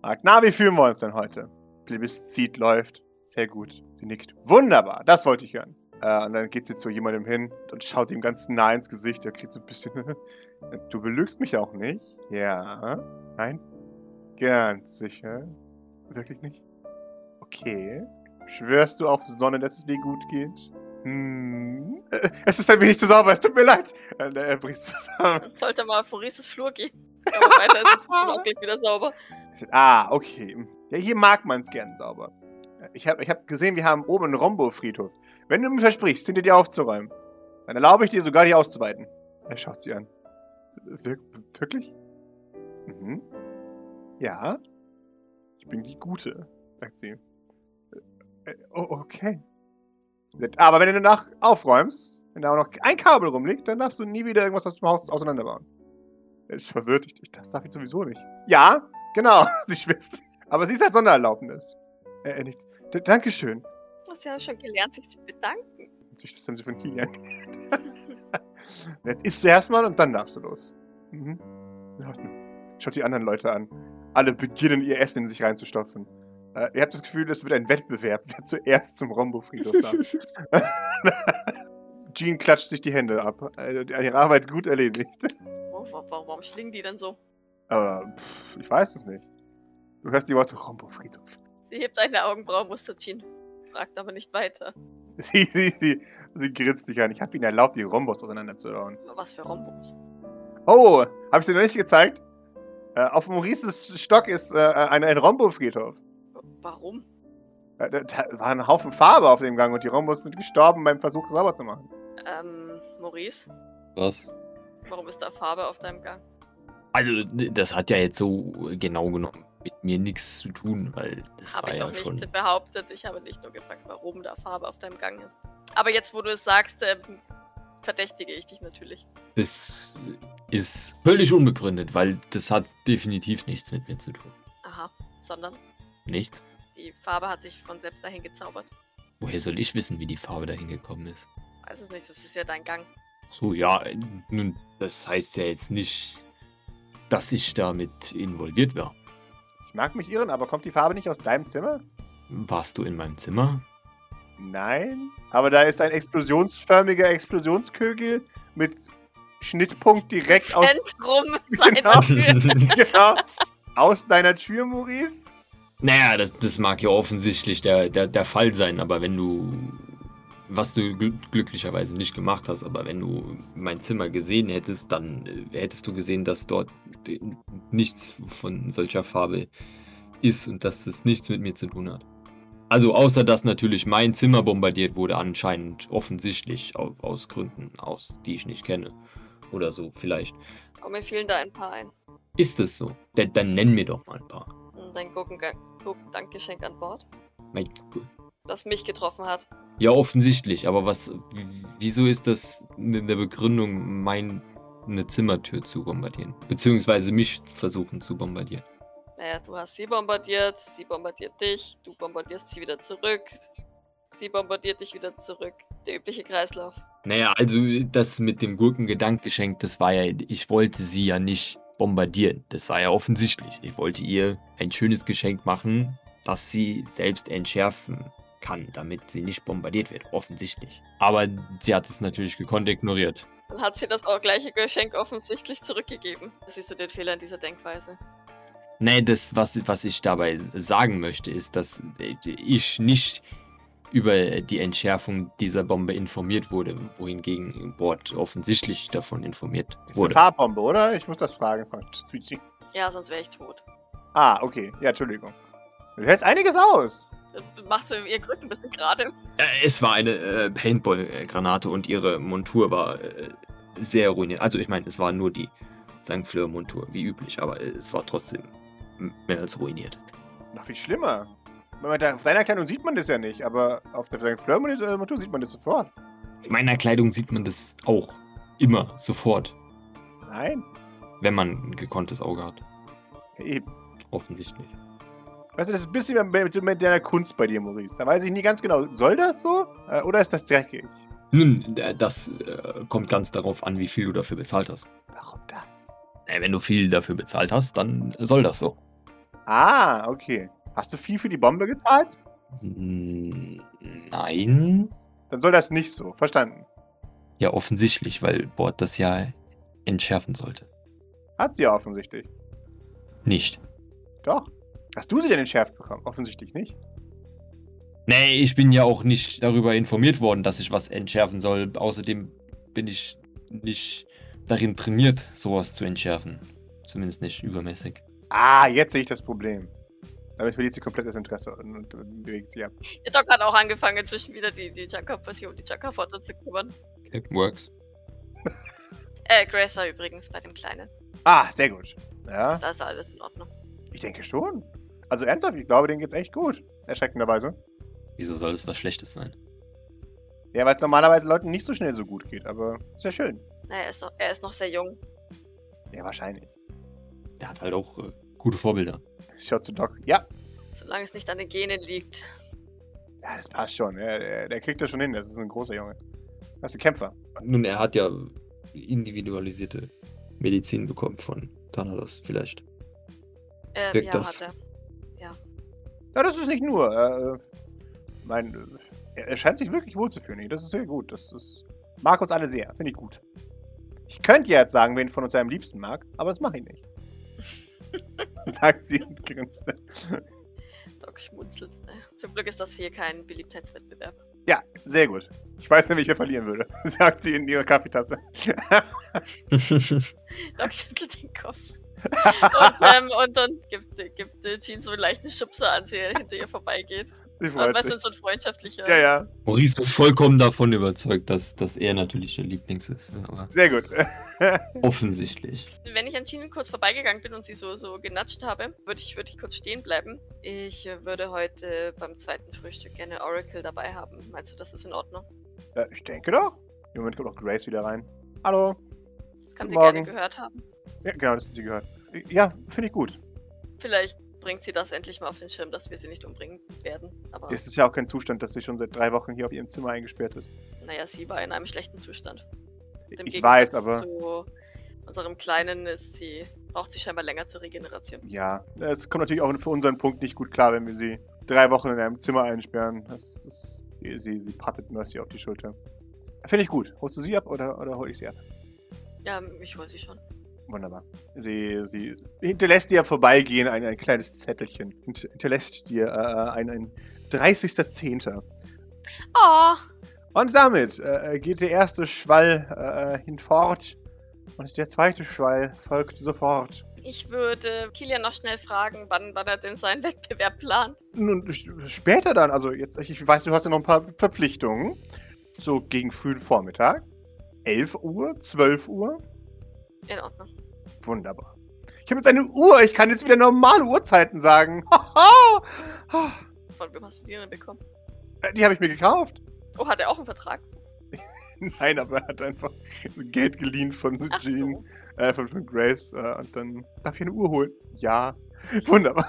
Speaker 1: Fragt, na, wie fühlen wir uns denn heute? Plebiszit läuft. Sehr gut. Sie nickt. Wunderbar, das wollte ich hören. Äh, und dann geht sie zu jemandem hin und schaut ihm ganz nah ins Gesicht. Er kriegt so ein bisschen. (laughs) du belügst mich auch nicht? Ja. Nein? Ganz sicher. Wirklich nicht? Okay. Schwörst du auf Sonne, dass es dir gut geht? Hm. Äh, Es ist ein wenig zu sauber, es tut mir leid. Und er bricht zusammen.
Speaker 3: Jetzt sollte er mal auf Maurices Flur gehen. Aber weiter ist es bestimmt auch gleich wieder sauber.
Speaker 1: Er sagt, Ah, okay. Ja, hier mag man es gern sauber. Ich habe ich hab gesehen, wir haben oben einen Rombo-Friedhof. Wenn du mir versprichst, hinter dir aufzuräumen, dann erlaube ich dir sogar, dich auszuweiten. Er schaut sie an. Wir wirklich? Mhm. Ja. Ich bin die Gute, sagt sie. Äh, oh, okay. Sie sagt, Aber wenn du danach aufräumst, wenn da auch noch ein Kabel rumliegt, dann darfst du nie wieder irgendwas aus dem Haus auseinanderbauen. Er ist verwirrt. Ich, ich, das darf ich sowieso nicht. Ja, Genau, (laughs) sie schwitzt. Aber sie ist halt Sondererlaubnis. Äh, Er nickt. D Dankeschön.
Speaker 3: Sie haben schon gelernt, sich zu bedanken.
Speaker 1: Natürlich, Das haben sie von Kilian. (laughs) Jetzt isst du erstmal und dann darfst du los. Mhm. In Ordnung. Schaut die anderen Leute an. Alle beginnen ihr Essen in sich reinzustopfen. Äh, ihr habt das Gefühl, es wird ein Wettbewerb, wer zuerst zum Rombo-Friedhof darf. (laughs) Jean klatscht sich die Hände ab. Also, die- ihre Arbeit gut erledigt.
Speaker 3: Oh, wa- warum, warum schlingen die denn so?
Speaker 1: Aber pff, ich weiß es nicht. Du hörst die Worte Rombo-Friedhof.
Speaker 3: Sie hebt eine Augenbraue, mustert ihn. Fragt aber nicht weiter.
Speaker 1: Sie, sie, sie, sie grinst dich an. Ich habe ihnen erlaubt, die Rombos auseinanderzuhauen.
Speaker 3: Was für Rombos.
Speaker 1: Oh, habe ich dir noch nicht gezeigt? Äh, auf Maurices Stock ist äh, ein, ein Rombo-Friedhof.
Speaker 3: Warum?
Speaker 1: Äh, da- da war ein Haufen Farbe auf dem Gang und die Rombos sind gestorben beim Versuch, sauber zu machen.
Speaker 3: Ähm, Maurice,
Speaker 5: Was?
Speaker 3: warum ist da Farbe auf deinem Gang?
Speaker 2: Also, das hat ja jetzt so genau genommen mit mir nichts zu tun, weil das
Speaker 3: Habe
Speaker 2: war
Speaker 3: ich
Speaker 2: ja
Speaker 3: auch nicht
Speaker 2: schon.
Speaker 3: behauptet. Ich habe nicht nur gefragt, warum da Farbe auf deinem Gang ist. Aber jetzt, wo du es sagst, ähm, verdächtige ich dich natürlich.
Speaker 2: Das (laughs) ist völlig unbegründet, weil das hat definitiv nichts mit mir zu tun.
Speaker 3: Aha, sondern
Speaker 2: Nichts?
Speaker 3: die Farbe hat sich von selbst dahin gezaubert.
Speaker 2: Woher soll ich wissen, wie die Farbe dahin gekommen ist?
Speaker 3: Weiß es nicht, das ist ja dein Gang.
Speaker 2: So, ja, äh, nun, das heißt ja jetzt nicht, dass ich damit involviert war.
Speaker 1: Ich mag mich irren, aber kommt die Farbe nicht aus deinem Zimmer?
Speaker 2: Warst du in meinem Zimmer?
Speaker 1: Nein. Aber da ist ein explosionsförmiger Explosionskügel mit Schnittpunkt direkt aus, (laughs)
Speaker 3: Zentrum seiner
Speaker 1: Genau. (laughs)
Speaker 3: Tür.
Speaker 1: genau, aus deiner Tür, Maurice.
Speaker 2: Naja, das, das mag ja offensichtlich der, der, der Fall sein, aber wenn du. Was du gl glücklicherweise nicht gemacht hast, aber wenn du mein Zimmer gesehen hättest, dann äh, hättest du gesehen, dass dort äh, nichts von solcher Farbe ist und dass es nichts mit mir zu tun hat. Also außer dass natürlich mein Zimmer bombardiert wurde, anscheinend offensichtlich au- aus Gründen, aus die ich nicht kenne. Oder so, vielleicht.
Speaker 3: Oh, mir fielen da ein paar ein.
Speaker 2: Ist es so? Dann, dann nenn mir doch mal ein paar.
Speaker 3: Dein Gurkengang- Gurkendankgeschenk an Bord,
Speaker 2: Mein,
Speaker 3: das mich getroffen hat.
Speaker 2: Ja, offensichtlich, aber was. w- Wieso ist das in der Begründung, meine Zimmertür zu bombardieren? Beziehungsweise mich versuchen zu bombardieren?
Speaker 3: Naja, du hast sie bombardiert, sie bombardiert dich, du bombardierst sie wieder zurück, sie bombardiert dich wieder zurück. Der übliche Kreislauf.
Speaker 2: Naja, also das mit dem Gurkengedankgeschenk, das war ja. Ich wollte sie ja nicht bombardieren. Das war ja offensichtlich. Ich wollte ihr ein schönes Geschenk machen, das sie selbst entschärfen kann, damit sie nicht bombardiert wird. Offensichtlich. Aber sie hat es natürlich gekonnt ignoriert.
Speaker 3: Dann hat sie das auch gleiche Geschenk offensichtlich zurückgegeben. Siehst du den Fehler in dieser Denkweise?
Speaker 2: Nee, das, was, was ich dabei s- sagen möchte, ist, dass äh, ich nicht über die Entschärfung dieser Bombe informiert wurde, wohingegen Bord offensichtlich davon informiert
Speaker 1: Das ist eine
Speaker 2: wurde.
Speaker 1: Farbbombe, oder? Ich muss das fragen. Frank Twitchy.
Speaker 3: Ja, sonst wäre ich tot.
Speaker 1: Ah, okay. Ja, Entschuldigung. Du hältst einiges aus.
Speaker 3: Dann Macht sie ihr Krücken ein bisschen gerade.
Speaker 2: Äh, Es war eine äh, Paintball-Granate und ihre Montur war äh, sehr ruiniert. Also ich meine, es war nur die St. Fleur-Montur, wie üblich, aber äh, es war trotzdem m- mehr als ruiniert.
Speaker 1: Noch viel schlimmer. Wenn man da- Auf deiner Kleidung sieht man das ja nicht, aber auf der St. Fleur-Motor sieht man das sofort.
Speaker 2: In meiner Kleidung sieht man das auch immer, sofort,
Speaker 1: Nein,
Speaker 2: wenn man ein gekonntes Auge hat.
Speaker 1: eben.
Speaker 2: Offensichtlich.
Speaker 1: Weißt du, das ist ein bisschen mit, mit deiner Kunst bei dir, Maurice. Da weiß ich nie ganz genau, soll das so Äh, oder ist das dreckig?
Speaker 2: Nun, äh, das äh, kommt ganz darauf an, wie viel du dafür bezahlt hast.
Speaker 1: Warum das?
Speaker 2: Äh, Wenn du viel dafür bezahlt hast, dann soll das so.
Speaker 1: Ah, okay. Hast du viel für die Bombe gezahlt?
Speaker 2: Hm, Nein.
Speaker 1: Dann soll das nicht so. Verstanden.
Speaker 2: Ja, offensichtlich, weil Bord das ja entschärfen sollte.
Speaker 1: Hat sie ja offensichtlich.
Speaker 2: Nicht.
Speaker 1: Doch. Hast du sie denn entschärft bekommen? Offensichtlich nicht.
Speaker 2: Nee, ich bin ja auch nicht darüber informiert worden, dass ich was entschärfen soll. Außerdem bin ich nicht darin trainiert, sowas zu entschärfen. Zumindest nicht übermäßig.
Speaker 1: Ah, jetzt sehe ich das Problem. Damit verliert sie komplett das Interesse und, und, und bewegt sich ab.
Speaker 3: Ihr Doc hat auch angefangen, inzwischen wieder die, die Junker-Passion, um die Junker-Foto zu kümmern.
Speaker 2: Captain Works.
Speaker 3: Äh, Grace war übrigens bei dem Kleinen.
Speaker 1: Ah, sehr gut. Ja,
Speaker 3: Ist also alles in Ordnung.
Speaker 1: ich denke schon. Also ernsthaft, ich glaube, denen geht's echt gut. Erschreckenderweise.
Speaker 2: Wieso soll das was Schlechtes sein?
Speaker 1: Ja, weil es normalerweise Leuten nicht so schnell so gut geht, aber ist ja schön.
Speaker 3: Naja, er ist noch, er ist noch sehr jung.
Speaker 1: Ja, wahrscheinlich.
Speaker 2: Der hat halt auch äh, gute Vorbilder.
Speaker 1: Ich schaue zu Doc. Ja,
Speaker 3: Solange es nicht an den Genen liegt.
Speaker 1: ja das passt schon. Ja, der, der kriegt das schon hin. Das ist ein großer Junge. Das ist ein Kämpfer.
Speaker 5: Nun, er hat ja individualisierte Medizin bekommen von Thanalos, vielleicht.
Speaker 3: Ähm,
Speaker 5: Wirkt
Speaker 3: ja,
Speaker 5: das?
Speaker 3: hat er.
Speaker 1: Ja, das ist nicht nur. Äh, mein, äh, er- er scheint sich wirklich wohlzufühlen. hier. Das ist sehr gut. Das ist, mag uns alle sehr. Finde ich gut. Ich könnte ja jetzt sagen, wen von uns er am liebsten mag, aber das mache ich nicht. Sagt sie und grinst.
Speaker 3: Doc schmunzelt. (laughs) Äh, Zum Glück ist das hier kein Beliebtheitswettbewerb.
Speaker 1: (laughs) Ja, sehr gut. Ich weiß nämlich, wer verlieren würde. (laughs) Sagt sie in ihrer Kaffeetasse.
Speaker 3: Doc schüttelt den Kopf. Und, ähm, und dann gibt, gibt äh, Jean so einen leichten Schubser, als er hinter
Speaker 1: (laughs)
Speaker 3: ihr vorbeigeht.
Speaker 1: Sie
Speaker 3: Und
Speaker 1: freut
Speaker 3: weißt du, äh,
Speaker 1: sich.
Speaker 3: so ein freundschaftlicher.
Speaker 1: Ja, ja,
Speaker 2: Maurice ist vollkommen davon überzeugt, dass, dass er natürlich der Lieblings ist. ne? Aber
Speaker 1: sehr gut. (laughs)
Speaker 2: offensichtlich.
Speaker 3: Wenn ich an Jean kurz vorbeigegangen bin und sie so, so genatscht habe, würde ich, würd ich kurz stehen bleiben. Ich äh, würde heute beim zweiten Frühstück gerne Oracle dabei haben. Meinst du, das ist in Ordnung?
Speaker 1: Äh, ich denke doch. Im Moment kommt auch Grace wieder rein. Hallo.
Speaker 3: Das kann
Speaker 1: Guten
Speaker 3: sie
Speaker 1: Morgen.
Speaker 3: gerne gehört haben.
Speaker 1: Ja, genau, das hat sie gehört. Ja, finde ich gut.
Speaker 3: Vielleicht bringt sie das endlich mal auf den Schirm, dass wir sie nicht umbringen werden. Aber
Speaker 1: Es ist ja auch kein Zustand, dass sie schon seit drei Wochen hier auf ihrem Zimmer eingesperrt ist.
Speaker 3: naja, sie war in einem schlechten Zustand. Und im
Speaker 1: Ich
Speaker 3: Gegensatz
Speaker 1: weiß, aber
Speaker 3: Zu unserem Kleinen ist sie, braucht sie scheinbar länger zur Regeneration.
Speaker 1: ja, es kommt natürlich auch für unseren Punkt nicht gut klar, wenn wir sie drei Wochen in einem Zimmer einsperren. Das ist, sie, sie pattet Mercy auf die Schulter. Finde ich gut. Holst du sie ab oder, oder hole ich sie ab?
Speaker 3: Ja, ich hole sie schon.
Speaker 1: Wunderbar. Sie, sie hinterlässt dir vorbeigehen ein, ein kleines Zettelchen. Hint- Hinterlässt dir äh, ein, ein 30.10.
Speaker 3: Oh,
Speaker 1: Und damit äh, geht der erste Schwall äh, hinfort und der zweite Schwall folgt sofort.
Speaker 3: ich würde Kilian noch schnell fragen, wann, wann er denn seinen (laughs) Wettbewerb plant.
Speaker 1: Nun, sch- später dann, also jetzt, ich weiß, du hast ja noch ein paar Verpflichtungen. So gegen frühen Vormittag. 11 Uhr, 12 Uhr.
Speaker 3: In Ordnung.
Speaker 1: Wunderbar. Ich habe jetzt eine Uhr, ich kann jetzt wieder normale Uhrzeiten sagen. (laughs) Haha! Ha.
Speaker 3: Von wem hast du die denn bekommen?
Speaker 1: Äh, Die habe ich mir gekauft.
Speaker 3: Oh, hat er auch einen Vertrag?
Speaker 1: (laughs) Nein, aber er hat einfach Geld geliehen von
Speaker 3: Ach
Speaker 1: Jean,
Speaker 3: so.
Speaker 1: äh, von, von Grace. Äh, und dann darf ich eine Uhr holen. Ja. (laughs) Wunderbar.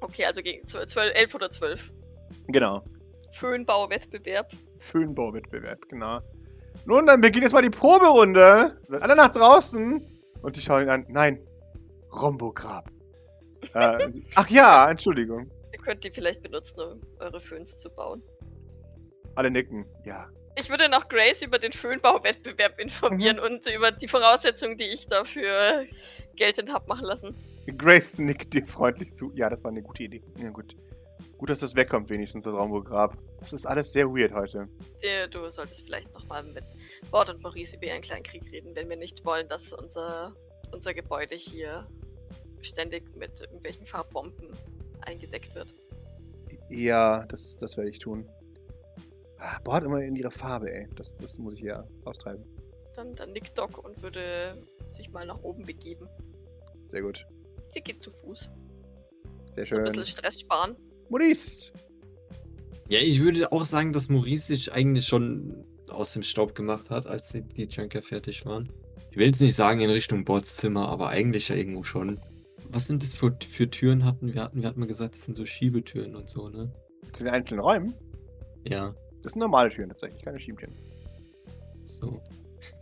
Speaker 3: Okay, also gegen 12, 12, 11 oder 12.
Speaker 1: Genau.
Speaker 3: Föhnbauwettbewerb.
Speaker 1: Föhnbauwettbewerb, genau. Nun, dann beginnt jetzt mal die Proberunde. Seid alle nach draußen. Und die schauen ihn an. Nein.
Speaker 3: (laughs)
Speaker 1: Rombograb. äh, sie- ach ja, Entschuldigung.
Speaker 3: Ihr könnt die vielleicht benutzen, um eure Föhns zu bauen.
Speaker 1: Alle nicken. Ja.
Speaker 3: Ich würde noch Grace über den Föhnbauwettbewerb
Speaker 1: Mhm.
Speaker 3: informieren und über die Voraussetzungen, die ich dafür geltend hab machen lassen.
Speaker 1: Grace nickt dir freundlich zu. Ja, das war eine gute Idee. Ja, gut. Gut, dass das wegkommt, wenigstens, das Rombograb. Das ist alles sehr weird heute.
Speaker 3: Dir- Du solltest vielleicht nochmal mit Ward und Maurice über ihren kleinen Krieg reden, wenn wir nicht wollen, dass unser, unser Gebäude hier ständig mit irgendwelchen Farbbomben eingedeckt wird.
Speaker 1: Ja, das, das werde ich tun. Ah, Bohrt immer in ihre Farbe, ey. Das, das muss ich ja austreiben.
Speaker 3: Dann, dann nickt Doc und würde sich mal nach oben begeben.
Speaker 1: Sehr gut.
Speaker 3: Sie geht zu Fuß.
Speaker 1: Sehr
Speaker 3: So ein
Speaker 1: schön.
Speaker 3: bisschen Stress sparen.
Speaker 1: Maurice!
Speaker 5: Ja, ich würde auch sagen, dass Maurice sich eigentlich schon aus dem Staub gemacht hat, als die, die Junker fertig waren.
Speaker 2: Ich will jetzt nicht sagen in Richtung Boards Zimmer, aber eigentlich ja irgendwo schon.
Speaker 5: Was sind das für, für Türen hatten wir? Hatten wir hatten mal gesagt, das sind so Schiebetüren und so, ne?
Speaker 1: Zu den einzelnen Räumen.
Speaker 5: Ja,
Speaker 1: Das sind normale Türen tatsächlich, keine Schiebetüren.
Speaker 5: so. (laughs)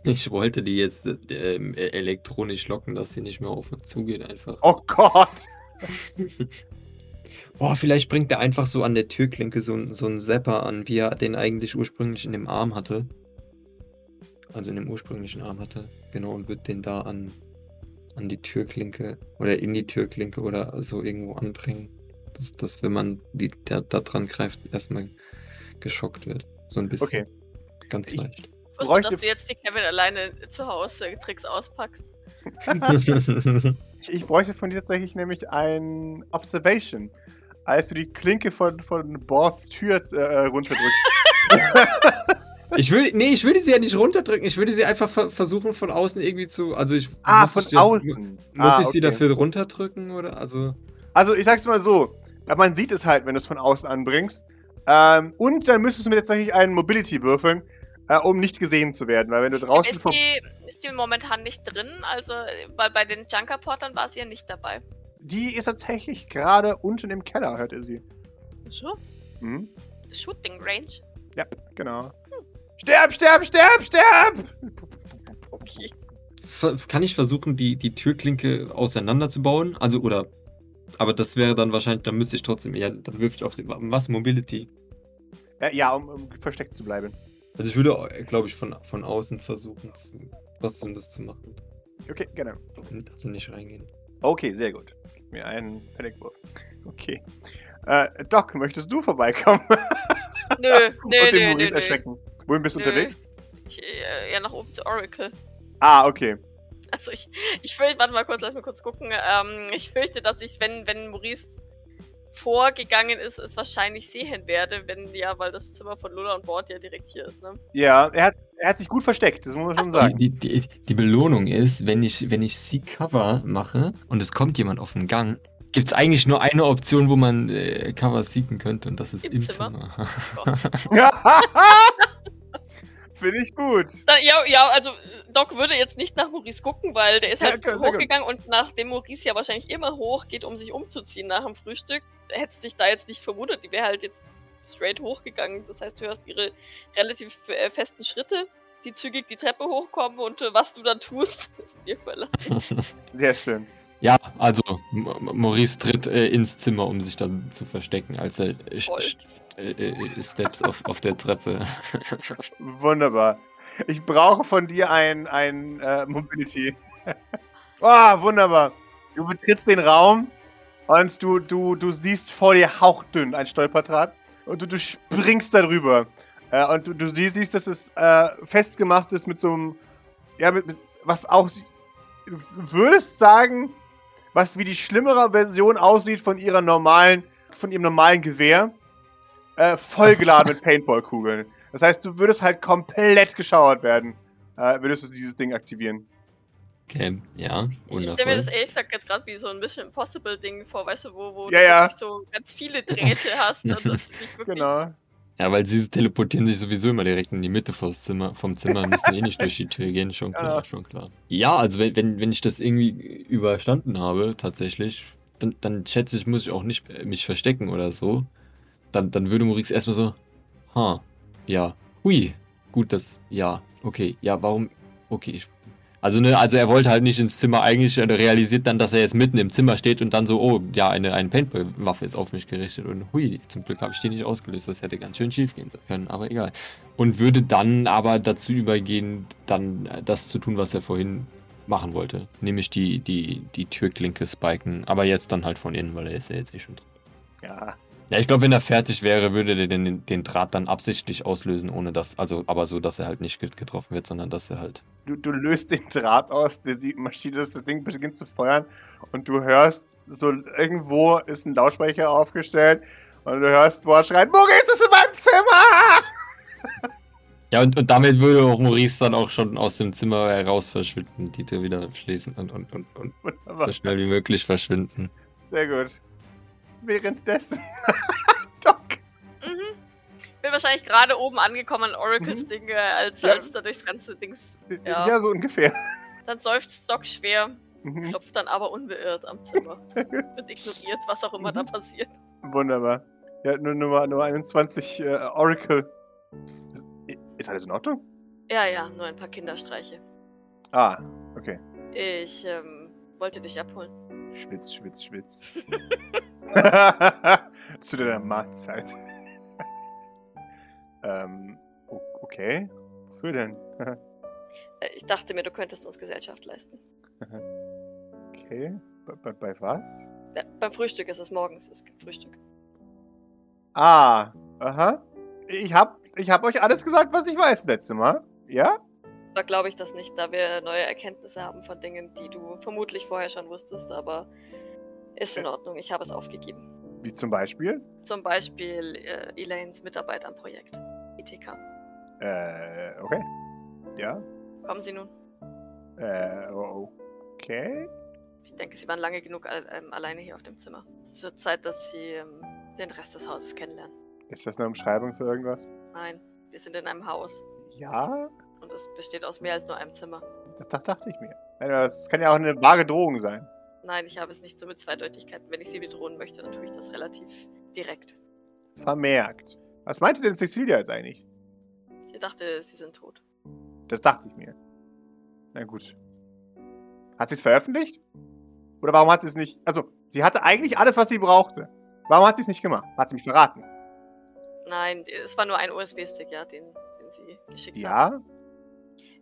Speaker 5: Ich wollte die jetzt äh, ähm, äh, elektronisch locken, dass sie nicht mehr auf uns zugeht einfach.
Speaker 1: Oh
Speaker 3: (laughs)
Speaker 1: Gott!
Speaker 5: Boah, Oh, vielleicht bringt er einfach so an der Türklinke so, ein- so einen Zapper an, wie er den eigentlich ursprünglich in dem Arm hatte. Also in dem ursprünglichen Arm hatte. Genau, und wird den da an, an die Türklinke oder in die Türklinke oder so irgendwo anbringen. Dass, dass wenn man die, da, da dran greift, erstmal geschockt wird. So ein bisschen.
Speaker 1: Okay.
Speaker 5: Ganz
Speaker 1: Ich- (laughs)
Speaker 5: leicht.
Speaker 3: Wusstest du,
Speaker 1: Bräuchte-
Speaker 3: dass du jetzt die Kevin alleine zu Hause Tricks auspackst?
Speaker 1: Ich, ich bräuchte von dir tatsächlich nämlich ein Observation. Als du die Klinke von, von Boards Tür äh, runterdrückst.
Speaker 3: (laughs)
Speaker 5: ich würde, nee, ich würde sie ja nicht runterdrücken. Ich würde sie einfach ver versuchen von außen irgendwie zu. Also ich.
Speaker 1: ah,
Speaker 5: muss
Speaker 1: von
Speaker 5: ich ja-
Speaker 1: außen.
Speaker 5: Muss
Speaker 1: ah,
Speaker 5: ich sie
Speaker 1: okay.
Speaker 5: dafür runterdrücken oder? Also.
Speaker 1: Also, ich sag's mal so. Aber Man sieht es halt, wenn du es von außen anbringst. Ähm, und dann müsstest du mir tatsächlich einen Mobility würfeln, äh, um nicht gesehen zu werden. Weil wenn du draußen
Speaker 3: Ist
Speaker 1: vor
Speaker 3: die, ist die momentan nicht drin? Also, weil bei den Junkerportern war sie ja nicht dabei.
Speaker 1: Die ist tatsächlich gerade unten im Keller, hört ihr sie.
Speaker 3: So?
Speaker 1: Hm?
Speaker 3: Shooting Range?
Speaker 1: Genau. Sterb, sterb, sterb, sterb!
Speaker 3: Okay.
Speaker 5: Ver- Kann ich versuchen, die, die Türklinke auseinanderzubauen? Also, oder. Aber das wäre dann wahrscheinlich, dann müsste ich trotzdem eher, dann wirf ich auf den, was, Mobility?
Speaker 1: Äh, ja, um, um versteckt zu bleiben.
Speaker 5: Also ich würde, glaube ich, von, von außen versuchen, zu, trotzdem das zu machen.
Speaker 1: Okay, genau.
Speaker 5: Also nicht reingehen.
Speaker 1: Okay, sehr gut. Gib mir einen Panikwurf. Okay. Äh, Doc, möchtest du vorbeikommen (laughs)
Speaker 3: Nö, nö,
Speaker 1: und den
Speaker 3: nö, nö,
Speaker 1: Maurice
Speaker 3: nö.
Speaker 1: erschrecken? Wohin bist du
Speaker 3: Nö.
Speaker 1: unterwegs?
Speaker 3: Ich, äh, ja, nach oben zu Oracle.
Speaker 1: Ah, okay.
Speaker 3: (laughs) Also ich, ich fürchte, warte mal kurz, lass mal kurz gucken. Ähm, ich fürchte, dass ich, wenn, wenn Maurice vorgegangen ist, es wahrscheinlich sehen werde, wenn ja, weil das Zimmer von Lola und Bord ja direkt hier ist, ne?
Speaker 1: Ja, er hat, er hat sich gut versteckt, das muss man schon sagen.
Speaker 5: Die, die, die, die Belohnung ist, wenn ich, wenn ich sie Cover mache und es kommt jemand auf den Gang, gibt es eigentlich nur eine Option, wo man äh, Cover seeken könnte und das ist
Speaker 3: Im
Speaker 5: im
Speaker 3: Zimmer.
Speaker 5: Zimmer.
Speaker 1: (laughs) Finde ich gut.
Speaker 3: Da, ja, ja, also Doc würde jetzt nicht nach Maurice gucken, weil der ist
Speaker 1: Ja,
Speaker 3: halt
Speaker 1: okay, sehr gut.
Speaker 3: hochgegangen und nachdem Maurice ja wahrscheinlich immer hochgeht, um sich umzuziehen nach dem Frühstück, hätte sich da jetzt nicht verwundert. Die wäre halt jetzt straight hochgegangen. Das heißt, du hörst ihre relativ äh, festen Schritte, die zügig die Treppe hochkommen und äh, was du dann tust, (laughs) ist dir überlassen.
Speaker 1: Sehr schön.
Speaker 5: Ja, also M M- Maurice tritt äh, ins Zimmer, um sich dann zu verstecken, als er äh,
Speaker 3: Voll.
Speaker 5: sch- sch- äh, äh, steps auf, auf der Treppe.
Speaker 1: Wunderbar. Ich brauche von dir ein, ein äh, Mobility. (laughs) Ah, wunderbar. Du betrittst den Raum und du, du, du siehst vor dir hauchdünn ein Stolperdraht und du, du springst darüber. Äh, und du, du sie- siehst, dass es äh, festgemacht ist mit so einem, ja, mit, mit was auch, sie- würdest sagen, was wie die schlimmere Version aussieht von ihrer normalen, von ihrem normalen Gewehr, äh, vollgeladen mit Paintballkugeln. Das heißt, du würdest halt komplett geschauert werden, äh, würdest du dieses Ding aktivieren.
Speaker 5: Okay, ja,
Speaker 3: Ich stelle mir
Speaker 5: wundervoll.
Speaker 3: das ehrlich gesagt jetzt gerade wie so ein bisschen Impossible-Ding vor, weißt du, wo, wo
Speaker 1: Ja, ja.
Speaker 3: wirklich so ganz viele Drähte hast. Ne, dass du dich wirklich
Speaker 1: Genau.
Speaker 5: Ja, weil sie teleportieren sich sowieso immer direkt in die Mitte vors Zimmer, vom Zimmer, müssen eh nicht durch die Tür gehen, schon klar,
Speaker 1: Ja.
Speaker 5: schon klar. Ja, also wenn, wenn, wenn ich das irgendwie überstanden habe, tatsächlich, dann, dann schätze ich, muss ich auch nicht äh, mich verstecken oder so. Dann, dann würde Maurice erstmal so, ha, ja, hui, gut, das, ja, okay, ja, warum, okay, ich, also, ne, also er wollte halt nicht ins Zimmer eigentlich, er realisiert dann, dass er jetzt mitten im Zimmer steht und dann so, oh, ja, eine, eine Paintball-Waffe ist auf mich gerichtet und hui, zum Glück habe ich die nicht ausgelöst, das hätte ganz schön schief gehen können, aber egal. Und würde dann aber dazu übergehen, dann äh, das zu tun, was er vorhin machen wollte, nämlich die, die, die Türklinke spiken, aber jetzt dann halt von innen, weil er ist ja jetzt eh schon drin.
Speaker 1: Ja.
Speaker 5: Ja, ich glaube, wenn er fertig wäre, würde er den, den Draht dann absichtlich auslösen, ohne dass, also, aber so, dass er halt nicht get- getroffen wird, sondern dass er halt
Speaker 1: Du, du löst den Draht aus, die, die Maschine, das das Ding beginnt zu feuern und du hörst, so irgendwo ist ein Lautsprecher aufgestellt und du hörst Boah schreien, Maurice ist in meinem Zimmer!
Speaker 5: Ja, und, und damit würde auch Maurice dann auch schon aus dem Zimmer heraus verschwinden, die Tür wieder schließen und, und, und, und so
Speaker 1: Wunderbar.
Speaker 5: schnell wie möglich verschwinden.
Speaker 1: Sehr gut. Währenddessen. (laughs) Doc.
Speaker 3: Mhm. Bin wahrscheinlich gerade oben angekommen an Oracles Ding, äh, als,
Speaker 1: Mhm. Ja.
Speaker 3: als da durchs ganze Dings.
Speaker 1: Ja.
Speaker 3: Ja.
Speaker 1: so ungefähr.
Speaker 3: Dann seufzt Doc schwer,
Speaker 1: Mhm.
Speaker 3: klopft dann aber unbeirrt am Zimmer
Speaker 1: Sehr gut.
Speaker 3: und ignoriert, was auch immer
Speaker 1: Mhm.
Speaker 3: da passiert.
Speaker 1: (laughs) Wunderbar. Ja, nur Nummer, Nummer 21, äh, Oracle. Ist, ist alles in Ordnung?
Speaker 3: Ja, ja, nur ein paar Kinderstreiche.
Speaker 1: Ah, okay.
Speaker 3: Ich ähm, wollte dich abholen.
Speaker 1: Schwitz, schwitz, schwitz. (laughs) Zu deiner Mahlzeit. (laughs) ähm, o- okay. Wofür denn?
Speaker 3: Äh, Ich dachte mir, du könntest uns Gesellschaft leisten.
Speaker 1: Okay. Bei, bei, bei was?
Speaker 3: Ja, beim Frühstück ist es morgens, es gibt Frühstück.
Speaker 1: Ah, aha. Ich hab, ich hab euch alles gesagt, was ich weiß letztes Mal. Ja?
Speaker 3: Da glaube ich das nicht, da wir neue Erkenntnisse haben von Dingen, die du vermutlich vorher schon wusstest, aber ist in Ordnung, ich habe es aufgegeben.
Speaker 1: Wie zum Beispiel?
Speaker 3: Zum Beispiel äh, Elaines Mitarbeit am Projekt. ETK.
Speaker 1: Äh, okay. Ja.
Speaker 3: Kommen Sie nun.
Speaker 1: Äh, okay.
Speaker 3: Ich denke, Sie waren lange genug al ähm, alleine hier auf dem Zimmer. Es wird Zeit, dass Sie ähm, den Rest des Hauses kennenlernen.
Speaker 1: Ist das eine Umschreibung für irgendwas?
Speaker 3: Nein, wir sind in einem Haus
Speaker 1: Ja,
Speaker 3: und es besteht aus mehr als nur einem Zimmer.
Speaker 1: das, das dachte ich mir. Das kann ja auch eine vage Drohung sein.
Speaker 3: Nein, ich habe es nicht so mit Zweideutigkeiten. Wenn ich Sie bedrohen möchte, dann tue ich das relativ direkt.
Speaker 1: Vermerkt. Was meinte denn Cecilia jetzt eigentlich?
Speaker 3: Sie dachte, Sie sind tot.
Speaker 1: Das dachte ich mir. Na gut. Hat sie es veröffentlicht? Oder warum hat sie es nicht. Also, sie hatte eigentlich alles, was sie brauchte. Warum hat sie es nicht gemacht? Hat sie mich verraten?
Speaker 3: Nein, es war nur ein USB-Stick, ja, den, den Sie geschickt haben.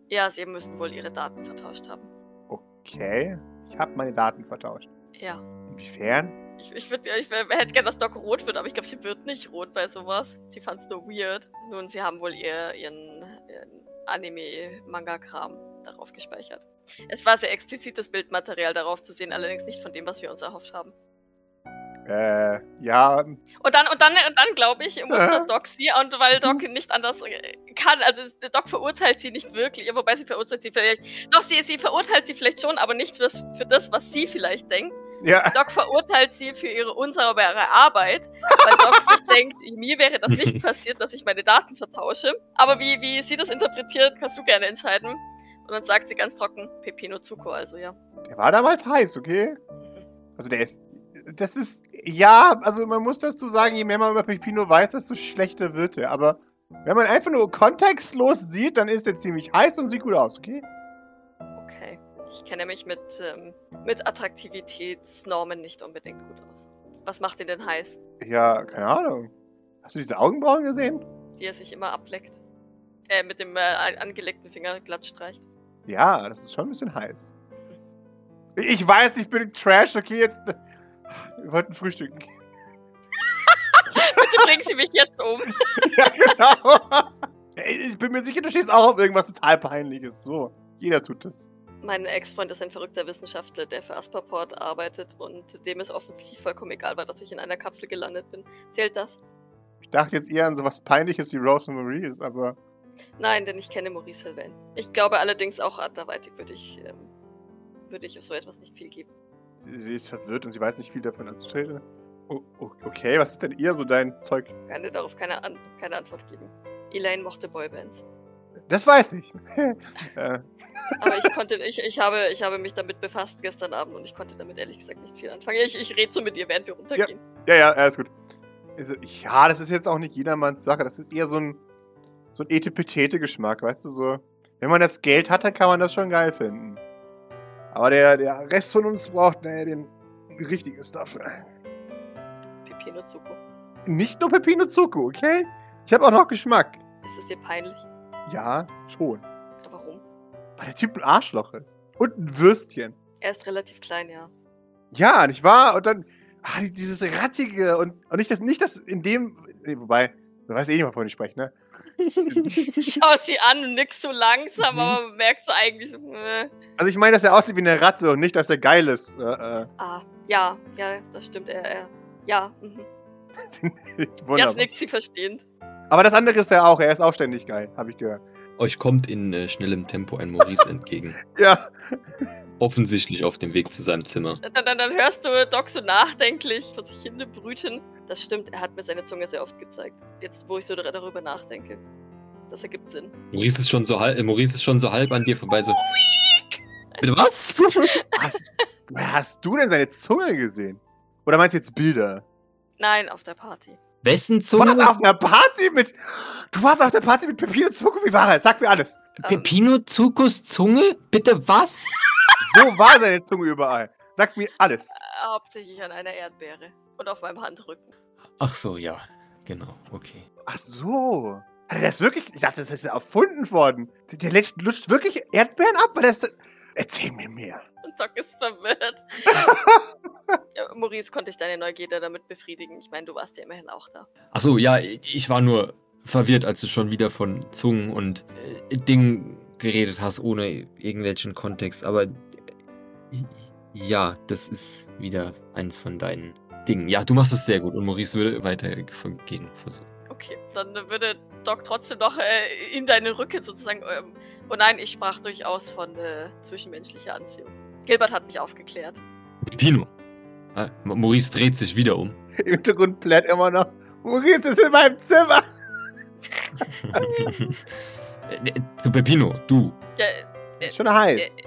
Speaker 1: Ja,
Speaker 3: Ja, Sie müssen wohl Ihre Daten vertauscht haben.
Speaker 1: okay. Ich habe meine Daten vertauscht.
Speaker 3: Ja.
Speaker 1: Inwiefern?
Speaker 3: Ich, ich, würd, ich wär- hätte gern, dass Doc rot wird, aber ich glaube, sie wird nicht rot bei sowas. Sie fand's nur weird. Nun, sie haben wohl ihr, ihren, ihren Anime-Manga-Kram darauf gespeichert. Es war sehr explizites Bildmaterial darauf zu sehen, allerdings nicht von dem, was wir uns erhofft haben.
Speaker 1: Äh, ja,
Speaker 3: Und dann, und dann, und dann glaube ich, musste Doc sie, und weil Doc nicht anders äh, kann, also es- Doc verurteilt sie nicht wirklich, ja, wobei sie verurteilt sie vielleicht, doch sie, sie verurteilt sie vielleicht schon, aber nicht fürs, für das, was sie vielleicht denkt.
Speaker 1: ja,
Speaker 3: Doc verurteilt sie für ihre unsaubere Arbeit, weil Doc sich denkt, mir wäre das nicht passiert, dass ich meine Daten vertausche. Aber wie, wie sie das interpretiert, kannst du gerne entscheiden. Und dann sagt sie ganz trocken, Pepino Zuko, also ja.
Speaker 1: der war damals heiß, okay? Also der ist, das ist, ja, also man muss dazu sagen, je mehr man über Pepino weiß, desto schlechter wird er. Aber wenn man einfach nur kontextlos sieht, dann ist er ziemlich heiß und sieht gut aus, okay?
Speaker 3: Okay. Ich kenne mich mit, ähm, mit Attraktivitätsnormen nicht unbedingt gut aus. Was macht ihn denn heiß?
Speaker 1: Ja, keine Ahnung. Hast du diese Augenbrauen gesehen?
Speaker 3: Die er sich immer ableckt. Äh, mit dem äh, an- angelegten Finger glatt streicht.
Speaker 1: Ja, das ist schon ein bisschen heiß. Ich weiß, ich bin Trash, okay, jetzt. Wir wollten frühstücken. (laughs)
Speaker 3: Bitte bringen Sie mich jetzt um.
Speaker 1: ja, genau. Ich bin mir sicher, du stehst auch auf irgendwas total Peinliches. So, jeder tut das.
Speaker 3: Mein Ex-Freund ist ein verrückter Wissenschaftler, der für Asperport arbeitet und dem es offensichtlich vollkommen egal war, dass ich in einer Kapsel gelandet bin. Zählt das?
Speaker 1: Ich dachte jetzt eher an sowas Peinliches wie Rose und Marie ist, aber
Speaker 3: Nein, denn ich kenne Maurice Helven. Ich glaube allerdings auch anderweitig würde ich, ähm, würde ich so etwas nicht viel geben.
Speaker 1: sie ist verwirrt und sie weiß nicht viel davon anzutreten. O- o- Okay, was ist denn eher so dein Zeug?
Speaker 3: Ich kann dir darauf keine, An keine Antwort geben. Elaine mochte Boybands.
Speaker 1: Das weiß ich. (laughs) äh,
Speaker 3: Aber ich konnte, ich, ich, habe, ich habe mich damit befasst gestern Abend und ich konnte damit ehrlich gesagt nicht viel anfangen. Ich, ich rede so mit ihr, während wir runtergehen.
Speaker 1: ja, ja, alles gut. Also, ja, das ist jetzt auch nicht jedermanns Sache. Das ist eher so ein, so ein Etepetete-Geschmack, weißt du, so. Wenn man das Geld hat, dann kann man das schon geil finden. Aber der, der Rest von uns braucht, naja, den richtigen Stuff.
Speaker 3: Pepino Zuko.
Speaker 1: Nicht nur Pepino Zucco, okay? Ich habe auch noch Geschmack.
Speaker 3: Ist es dir peinlich?
Speaker 1: Ja, schon.
Speaker 3: Warum?
Speaker 1: Weil der Typ ein Arschloch ist. Und ein Würstchen.
Speaker 3: Er ist relativ klein, ja.
Speaker 1: Ja, nicht wahr? Und dann ah, die- dieses Rattige und, und nicht, das, nicht das in dem. Nee, wobei, du weißt eh nicht, wovon ich spreche, ne? (laughs)
Speaker 3: Ich schau sie an und nix so langsam,
Speaker 1: Mhm.
Speaker 3: aber man merkt so eigentlich so, äh.
Speaker 1: Also ich meine, dass er aussieht wie eine Ratte und nicht, dass er geil ist. Äh, (laughs) äh,
Speaker 3: Ah, ja, ja, das stimmt, er, er. Ja, mhm.
Speaker 1: wunderbar.
Speaker 3: jetzt nickt sie verstehend.
Speaker 1: Aber das andere ist er auch. Er ist auch ständig geil, habe ich gehört.
Speaker 5: Euch kommt in äh, schnellem Tempo ein Maurice entgegen.
Speaker 1: Ja.
Speaker 5: Offensichtlich auf dem Weg zu seinem Zimmer.
Speaker 3: Dann, dann, dann hörst du Doc so nachdenklich vor sich hin brüten. Das stimmt, er hat mir seine Zunge sehr oft gezeigt. Jetzt, wo ich so dr- darüber nachdenke. Das ergibt Sinn.
Speaker 5: Maurice ist schon so halb, äh, Maurice ist schon so halb an dir vorbei, so. Bitte was?
Speaker 1: Hast, hast du denn seine Zunge gesehen? Oder meinst du jetzt Bilder?
Speaker 3: Nein, auf der Party.
Speaker 2: Wessen
Speaker 1: Du
Speaker 2: Zunge?
Speaker 1: warst auf einer Party mit. Du warst auf der Party mit Pepino Zucco. Wie war er? Sag mir alles.
Speaker 3: Ähm,
Speaker 2: Pepino Zucos Zunge? Bitte was?
Speaker 1: Wo war seine Zunge überall? Sag mir alles.
Speaker 3: hauptsächlich an einer Erdbeere. Und auf meinem Handrücken.
Speaker 2: Ach so, ja. Genau, okay.
Speaker 1: Ach so. Hat er das wirklich? Ich dachte, das ist erfunden worden. Der- Der lutscht, lutscht wirklich Erdbeeren ab? Weil das, erzähl mir mehr.
Speaker 3: Und Doc ist
Speaker 1: (laughs)
Speaker 3: verwirrt. ja, Maurice, konnte ich deine Neugierde damit befriedigen? Ich meine, du warst ja immerhin auch da.
Speaker 2: Ach so, ja, ich war nur verwirrt, als du schon wieder von Zungen und äh, Dingen geredet hast, ohne irgendwelchen Kontext. Aber äh, ja, das ist wieder eins von deinen Dingen. Ja, du machst es sehr gut und Maurice würde weitergehen versuchen.
Speaker 3: Okay, dann würde Doc trotzdem noch äh, in deinen Rücken sozusagen. Ähm, oh nein, ich sprach durchaus von äh, zwischenmenschlicher Anziehung. Gilbert hat mich aufgeklärt.
Speaker 2: Pepino. Ah, Ma- Maurice dreht sich wieder um.
Speaker 1: Im Hintergrund plärt immer noch. Maurice ist in meinem Zimmer.
Speaker 2: Äh, äh, Zu Pepino, du.
Speaker 3: Ja,
Speaker 2: Äh,
Speaker 3: ähm,
Speaker 1: Schon heiß.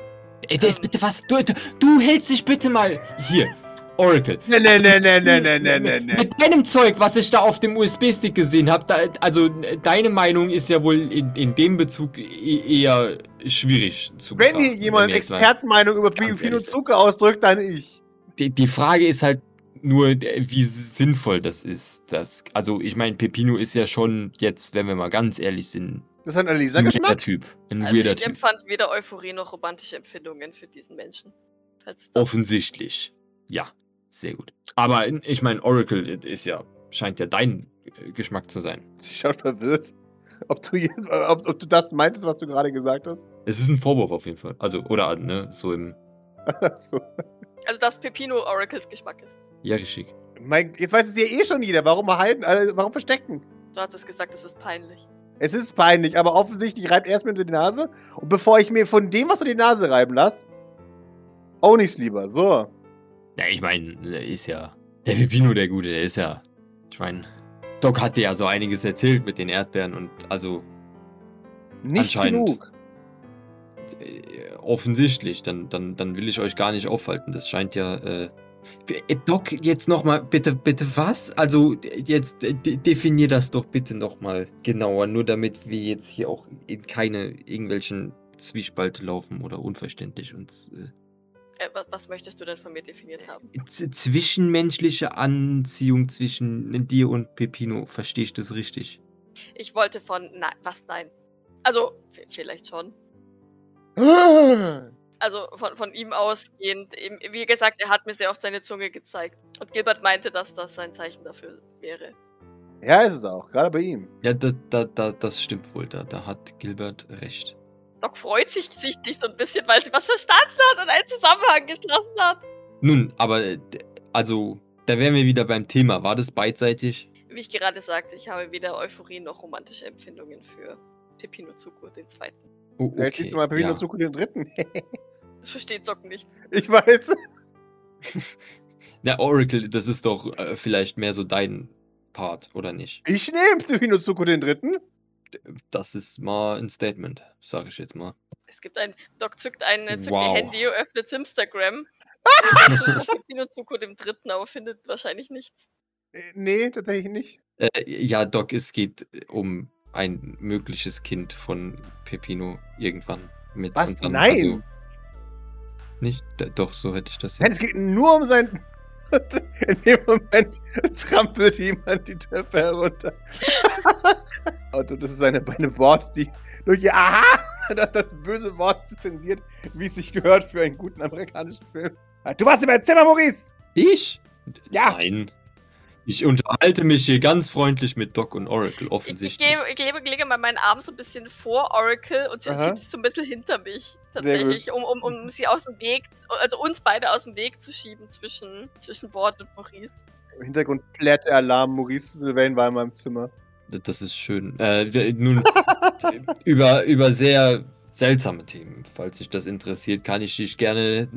Speaker 2: Ey, der ist bitte was. Du, du, du hältst dich bitte mal hier. Oracle.
Speaker 1: Nee, nee, nee, nee, nee, nee, nee, nee, nee.
Speaker 2: Mit deinem Zeug, was ich da auf dem USB-Stick gesehen habe, da, also äh, deine Meinung ist ja wohl in, in dem Bezug e- eher schwierig zu
Speaker 1: Wenn hier
Speaker 2: betrachten,
Speaker 1: jemand
Speaker 2: wir jetzt mal-
Speaker 1: Expertenmeinung über
Speaker 2: ganz
Speaker 1: Pino
Speaker 2: ehrlich sind.
Speaker 1: Zucker ausdrückt, dann ich.
Speaker 2: Die, die Frage ist halt nur, äh, wie sinnvoll das ist. Das, also ich meine, Pepino ist ja schon jetzt, wenn wir mal ganz ehrlich sind,
Speaker 1: Das hat Alisa
Speaker 2: ein weirder
Speaker 1: Geschmack.
Speaker 2: Typ. Ein
Speaker 3: also
Speaker 2: weirder
Speaker 3: ich
Speaker 2: Typ.
Speaker 3: empfand weder Euphorie noch romantische Empfindungen für diesen Menschen. Falls das
Speaker 2: Offensichtlich. Ja, sehr gut. Aber ich meine, Oracle ist ja, scheint ja dein äh, Geschmack zu sein.
Speaker 1: Sie schaut verwirrt. ob du, je- ob, ob du das meintest, was du gerade gesagt hast.
Speaker 2: Es ist ein Vorwurf auf jeden Fall. Also, oder, ne, so im.
Speaker 1: Achso.
Speaker 3: Also das Pepino Oracles Geschmack ist.
Speaker 2: Ja, richtig.
Speaker 1: Mein, jetzt weiß es ja eh schon jeder. Warum halten, also warum verstecken?
Speaker 3: Du hattest gesagt, es ist peinlich.
Speaker 1: Es ist peinlich, aber offensichtlich reibt er es mir unter die Nase. Und bevor ich mir von dem, was du die Nase reiben lass, auch nichts lieber. So.
Speaker 2: Ja, ich meine, der ist ja. Der Pepino, der Gute, der ist ja. Ich meine, Doc hat dir ja so einiges erzählt mit den Erdbeeren und also
Speaker 1: Nicht
Speaker 2: Anscheinend.
Speaker 1: genug. (gasps)
Speaker 2: äh, offensichtlich, dann, dann, dann will ich euch gar nicht aufhalten. Das scheint ja. Äh,
Speaker 5: Äh, Doc, jetzt nochmal, bitte, bitte was? Also, äh, jetzt äh, de- definier das doch bitte nochmal genauer, nur damit wir jetzt hier auch in keine irgendwelchen Zwiespalte laufen oder unverständlich uns. Äh,
Speaker 3: Äh, was, was möchtest du denn von mir definiert haben?
Speaker 5: z- zwischenmenschliche Anziehung zwischen dir und Pepino, verstehe ich das richtig?
Speaker 3: Ich wollte von. Nein, was nein? Also, v- vielleicht schon. Also von, von ihm ausgehend. eben- Wie gesagt, er hat mir sehr oft seine Zunge gezeigt. Und Gilbert meinte, dass das sein Zeichen dafür wäre.
Speaker 1: Ja, ist es auch. Gerade bei ihm.
Speaker 5: Ja, da, da, da, das stimmt wohl, da, da hat Gilbert recht.
Speaker 3: Doc freut sich sichtlich so ein bisschen, weil sie was verstanden hat und einen Zusammenhang geschlossen hat.
Speaker 5: Nun, aber, äh, d- also, da wären wir wieder beim Thema. War das beidseitig?
Speaker 3: Wie ich gerade sagte, ich habe weder Euphorie noch romantische Empfindungen für Pepino Zuko, den zweiten.
Speaker 5: Oh,
Speaker 1: Vielleicht liest du mal Pepino
Speaker 5: ja.
Speaker 1: Zuko den dritten. (laughs)
Speaker 3: Das versteht Doc nicht.
Speaker 1: ich weiß.
Speaker 5: Na, Oracle, das ist doch äh, vielleicht mehr so dein Part, oder nicht?
Speaker 1: Ich nehme Pepino Zuko den dritten.
Speaker 5: Das ist mal ein Statement, sage
Speaker 1: (laughs)
Speaker 5: ich jetzt mal.
Speaker 3: Es gibt ein. Doc zückt ein, äh, zückt
Speaker 5: Wow.
Speaker 3: ihr Handy, öffnet Instagram. Pepino Zuko dem dritten, aber findet wahrscheinlich nichts.
Speaker 1: Äh, Nee, tatsächlich nicht.
Speaker 5: Äh, ja, Doc, es geht um ein mögliches Kind von Pepino irgendwann mit.
Speaker 1: Was?
Speaker 5: und dann-
Speaker 1: Nein!
Speaker 5: also- nicht? D- Doch, so hätte ich das
Speaker 1: Nein, es geht nur um sein. (laughs) In dem Moment trampelt jemand die Treppe herunter. (laughs) Und das ist eine, eine Wort, die durch ihr Aha, das, das böse Wort zensiert, wie es sich gehört für einen guten amerikanischen Film. Ah, Du warst in meinem Zimmer, Maurice!
Speaker 5: Ich?
Speaker 1: Ja.
Speaker 5: Nein. Ich unterhalte mich hier ganz freundlich mit Doc und Oracle,
Speaker 3: Ich, ich,
Speaker 5: offensichtlich.
Speaker 3: gebe, ich lege, lege mal meinen Arm so ein bisschen vor Oracle und
Speaker 1: Aha.
Speaker 3: schiebe sie so ein bisschen hinter mich.
Speaker 1: gut.
Speaker 3: Tatsächlich, um, um, um sie aus dem Weg, also uns beide aus dem Weg zu schieben zwischen, zwischen Bord und Maurice.
Speaker 1: Im Hintergrund plärt der Alarm, Maurice Sylvain war in meinem Zimmer.
Speaker 5: Das ist schön. Äh, wir- nun,
Speaker 1: (laughs)
Speaker 5: über, über sehr seltsame Themen, falls dich das interessiert, kann ich dich gerne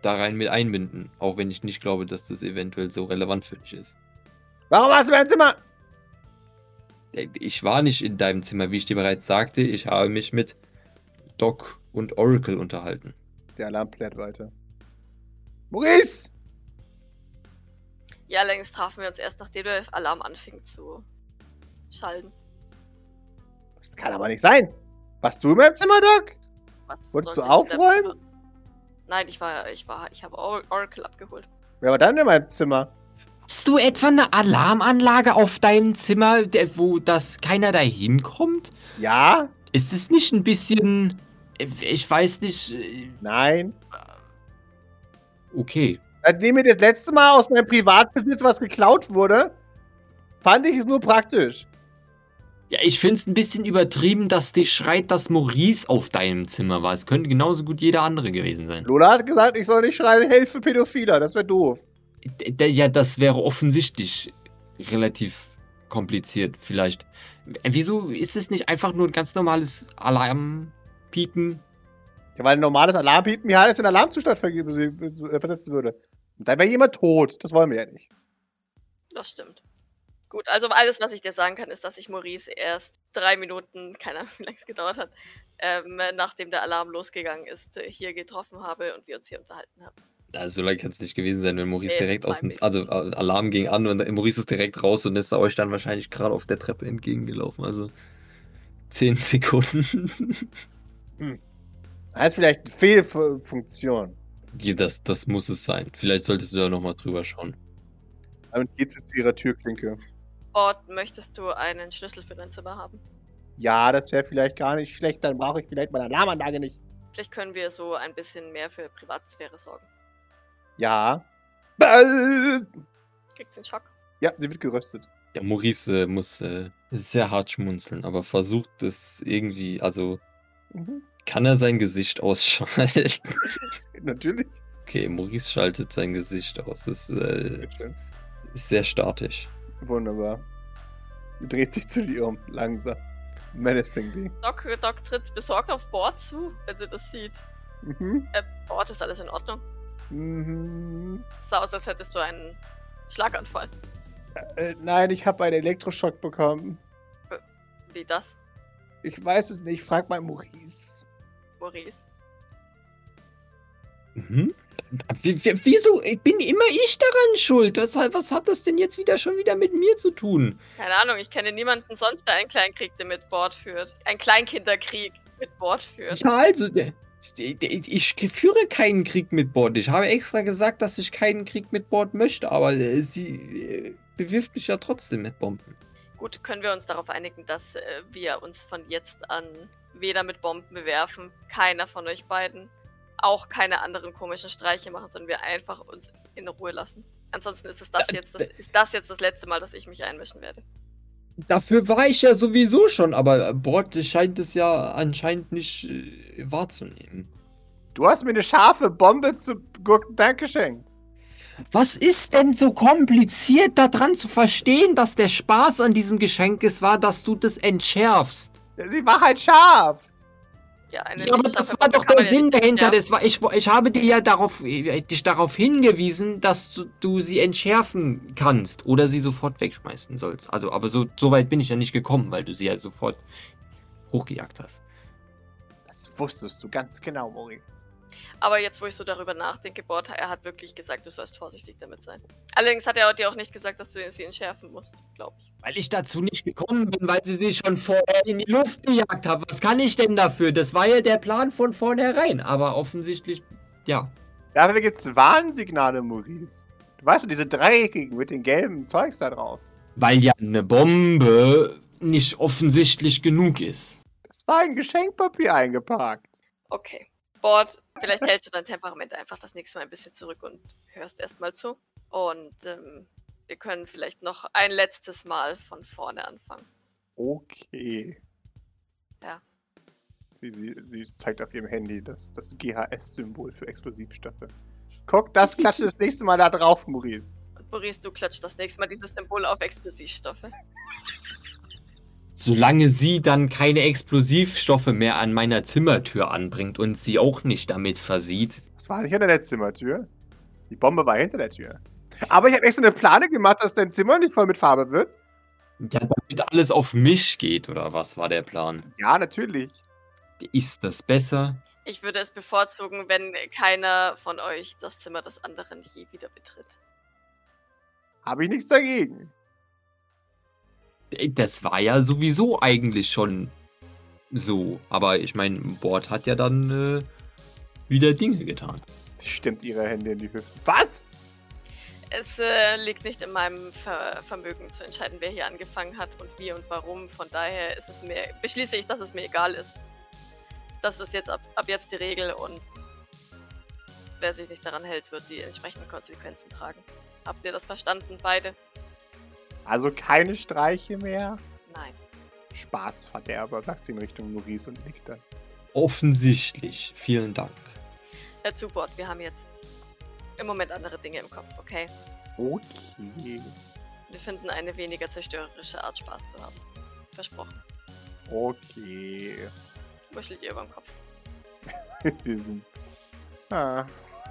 Speaker 5: da rein mit einbinden, auch wenn ich nicht glaube, dass das eventuell so relevant für dich ist.
Speaker 1: Warum warst du in meinem Zimmer?
Speaker 5: Äh, Ich war nicht in deinem Zimmer, wie ich dir bereits sagte, ich habe mich mit Doc und Oracle unterhalten.
Speaker 1: Der Alarm plärt weiter. Maurice!
Speaker 3: Ja, längst trafen wir uns erst, nachdem der Alarm anfing zu schallen.
Speaker 1: Das kann aber nicht sein! Warst du in meinem Zimmer, Doc?
Speaker 3: Was
Speaker 1: Wolltest du
Speaker 3: sollte ich in deinem
Speaker 1: aufräumen?
Speaker 3: Zimmer? Nein, ich war, ich war, ich habe Or- Oracle abgeholt.
Speaker 1: Wer war dann in meinem Zimmer?
Speaker 5: Hast du etwa eine Alarmanlage auf deinem Zimmer, wo das keiner da hinkommt?
Speaker 1: Ja?
Speaker 5: Ist es nicht ein bisschen...
Speaker 2: äh,
Speaker 5: Ich weiß nicht...
Speaker 1: Nein?
Speaker 2: okay.
Speaker 1: Nachdem mir das letzte Mal aus meinem Privatbesitz was geklaut wurde, fand ich es nur praktisch.
Speaker 2: Ja, ich finde es ein bisschen übertrieben, dass dich schreit, dass Maurice auf deinem Zimmer war. Es könnte genauso gut jeder andere gewesen sein.
Speaker 1: Lola hat gesagt, ich soll nicht schreien, helfe Pädophiler, das wäre doof.
Speaker 2: D- d- Ja, das wäre offensichtlich relativ kompliziert, vielleicht. W- Wieso ist es nicht einfach nur ein ganz normales Alarmpiepen?
Speaker 1: Ja, weil ein normales Alarmpiepen mir alles in Alarmzustand ver äh, versetzen würde. Und dann wäre jemand tot, das wollen wir ja nicht.
Speaker 3: Das stimmt. Gut, also alles, was ich dir sagen kann, ist, dass ich Maurice erst drei Minuten, keine Ahnung, (laughs) wie lange es gedauert hat, ähm, nachdem der Alarm losgegangen ist, äh, hier getroffen habe und wir uns hier unterhalten haben.
Speaker 5: Also, so lange kann es nicht gewesen sein, wenn Maurice
Speaker 3: Nee,
Speaker 5: direkt aus dem.
Speaker 3: zwei
Speaker 5: Also, Al- Alarm ging an und dann- Maurice ist direkt raus und ist da euch dann wahrscheinlich gerade auf der Treppe entgegengelaufen. Also, 10 (laughs) Sekunden.
Speaker 1: Das ist vielleicht eine Fehlfunktion.
Speaker 5: Ja, das, das muss es sein. Vielleicht solltest du da nochmal drüber schauen.
Speaker 1: Damit geht sie zu ihrer Türklinke.
Speaker 3: Bord, möchtest du einen Schlüssel für dein Zimmer haben?
Speaker 1: Ja, das wäre vielleicht gar nicht schlecht, dann brauche ich vielleicht meine Alarmanlage nicht.
Speaker 3: Vielleicht können wir so ein bisschen mehr für Privatsphäre sorgen.
Speaker 1: Ja. Bäh.
Speaker 3: Kriegst den Schock?
Speaker 1: Ja, sie wird geröstet.
Speaker 5: Der Maurice äh, muss äh, sehr hart schmunzeln, aber versucht es irgendwie, also
Speaker 1: Mhm.
Speaker 5: kann er sein Gesicht ausschalten?
Speaker 1: Natürlich.
Speaker 5: Okay, Maurice schaltet sein Gesicht aus. Das ist, äh,
Speaker 1: Bitteschön.
Speaker 5: ist sehr statisch.
Speaker 1: Wunderbar. Sie dreht sich zu dir um, langsam. Menacingly.
Speaker 3: Doc, Doc tritt besorgt auf Bord zu, wenn sie das sieht.
Speaker 1: Mhm.
Speaker 3: Äh, Bord ist alles in Ordnung.
Speaker 1: Mhm.
Speaker 3: Sah aus, als hättest du einen Schlaganfall.
Speaker 1: Äh, nein, ich habe einen Elektroschock bekommen.
Speaker 3: Wie das,
Speaker 1: Ich weiß es nicht, frag mal Maurice.
Speaker 3: Maurice?
Speaker 5: Mhm. Wieso Ich bin immer ich daran schuld? Das, was hat das denn jetzt wieder schon wieder mit mir zu tun?
Speaker 3: Keine Ahnung, ich kenne niemanden sonst, der einen Kleinkrieg der mit Bord führt. Ein Kleinkinderkrieg mit Bord führt.
Speaker 5: Ja, also, der- der- der- ich führe keinen Krieg mit Bord. Ich habe extra gesagt, dass ich keinen Krieg mit Bord möchte, aber äh, sie äh, bewirft mich ja trotzdem mit Bomben.
Speaker 3: Gut, können wir uns darauf einigen, dass äh, wir uns von jetzt an weder mit Bomben bewerfen, keiner von euch beiden, auch keine anderen komischen Streiche machen, sondern wir einfach uns in Ruhe lassen. Ansonsten ist es das
Speaker 5: Da-
Speaker 3: jetzt, das ist das jetzt das letzte Mal, dass ich mich einmischen werde.
Speaker 5: Dafür war ich ja sowieso schon, aber Bord scheint es ja anscheinend nicht äh, wahrzunehmen.
Speaker 1: Du hast mir eine scharfe Bombe zu Gurken Dankeschön.
Speaker 5: Was ist denn so kompliziert daran zu verstehen, dass der Spaß an diesem Geschenk ist, war, dass du das entschärfst?
Speaker 1: Sie war halt scharf.
Speaker 3: Ja, eine
Speaker 5: Ja, aber
Speaker 3: Lichtschaffe-
Speaker 5: das war doch
Speaker 3: kann man
Speaker 5: der
Speaker 3: ja
Speaker 5: Sinn
Speaker 3: nicht
Speaker 5: dahinter.
Speaker 3: entschärfen.
Speaker 5: Das war, ich, wo- ich habe dir ja darauf, äh, dich darauf hingewiesen, dass du, du sie entschärfen kannst oder sie sofort wegschmeißen sollst. Also, aber so, so weit bin ich ja nicht gekommen, weil du sie ja sofort hochgejagt hast.
Speaker 1: Das wusstest du ganz genau, Maurice.
Speaker 3: Aber jetzt, wo ich so darüber nachdenke, Bord, er hat wirklich gesagt, du sollst vorsichtig damit sein. Allerdings hat er dir auch nicht gesagt, dass du sie entschärfen musst, glaube ich.
Speaker 5: Weil ich dazu nicht gekommen bin, weil sie sie schon vorher in die Luft gejagt haben. Was kann ich denn dafür? Das war ja der Plan von vornherein, aber offensichtlich, ja.
Speaker 1: Dafür gibt's Warnsignale, Maurice. Du weißt du, diese dreieckigen mit den gelben Zeugs da drauf.
Speaker 5: Weil ja eine Bombe nicht offensichtlich genug ist.
Speaker 1: Das war ein Geschenkpapier eingepackt.
Speaker 3: Okay. Bord, vielleicht hältst du dein Temperament einfach das nächste Mal ein bisschen zurück und hörst erstmal zu. Und ähm, wir können vielleicht noch ein letztes Mal von vorne anfangen.
Speaker 1: Okay.
Speaker 3: Ja.
Speaker 1: Sie, sie, sie zeigt auf ihrem Handy das, das GHS-Symbol für Explosivstoffe. Guck, das klatscht das nächste Mal da drauf, Maurice.
Speaker 3: Und Maurice, du klatscht das nächste Mal dieses Symbol auf Explosivstoffe.
Speaker 5: Solange sie dann keine Explosivstoffe mehr an meiner Zimmertür anbringt und sie auch nicht damit versieht.
Speaker 1: Das war nicht hinter der Zimmertür. Die Bombe war hinter der Tür. Aber ich habe extra eine Plane gemacht, dass dein Zimmer nicht voll mit Farbe wird.
Speaker 5: Ja, damit alles auf mich geht, oder was war der Plan?
Speaker 1: Ja, natürlich.
Speaker 5: Ist das besser?
Speaker 3: Ich würde es bevorzugen, wenn keiner von euch das Zimmer des anderen je wieder betritt.
Speaker 1: Habe ich nichts dagegen.
Speaker 5: Das war ja sowieso eigentlich schon so. Aber ich meine, Bord hat ja dann äh, wieder Dinge getan.
Speaker 1: Sie stimmt ihre Hände in die Hüften. Was?
Speaker 3: Es äh, liegt nicht in meinem Ver Vermögen zu entscheiden, wer hier angefangen hat und wie und warum. Von daher ist es mir, beschließe ich, dass es mir egal ist. Das ist jetzt ab, ab jetzt die Regel und wer sich nicht daran hält, wird die entsprechenden Konsequenzen tragen. Habt ihr das verstanden, beide?
Speaker 1: Also keine Streiche mehr.
Speaker 3: Nein.
Speaker 1: Spaßverderber, sagt sie in Richtung Maurice und nickt dann.
Speaker 5: Offensichtlich. Vielen Dank.
Speaker 3: Herr Zubord, wir haben jetzt im Moment andere Dinge im Kopf, okay?
Speaker 1: Okay.
Speaker 3: Wir finden eine weniger zerstörerische Art, Spaß zu haben. Versprochen.
Speaker 1: Okay. (laughs)
Speaker 3: Wuschelt ihr über den Kopf.
Speaker 1: ah.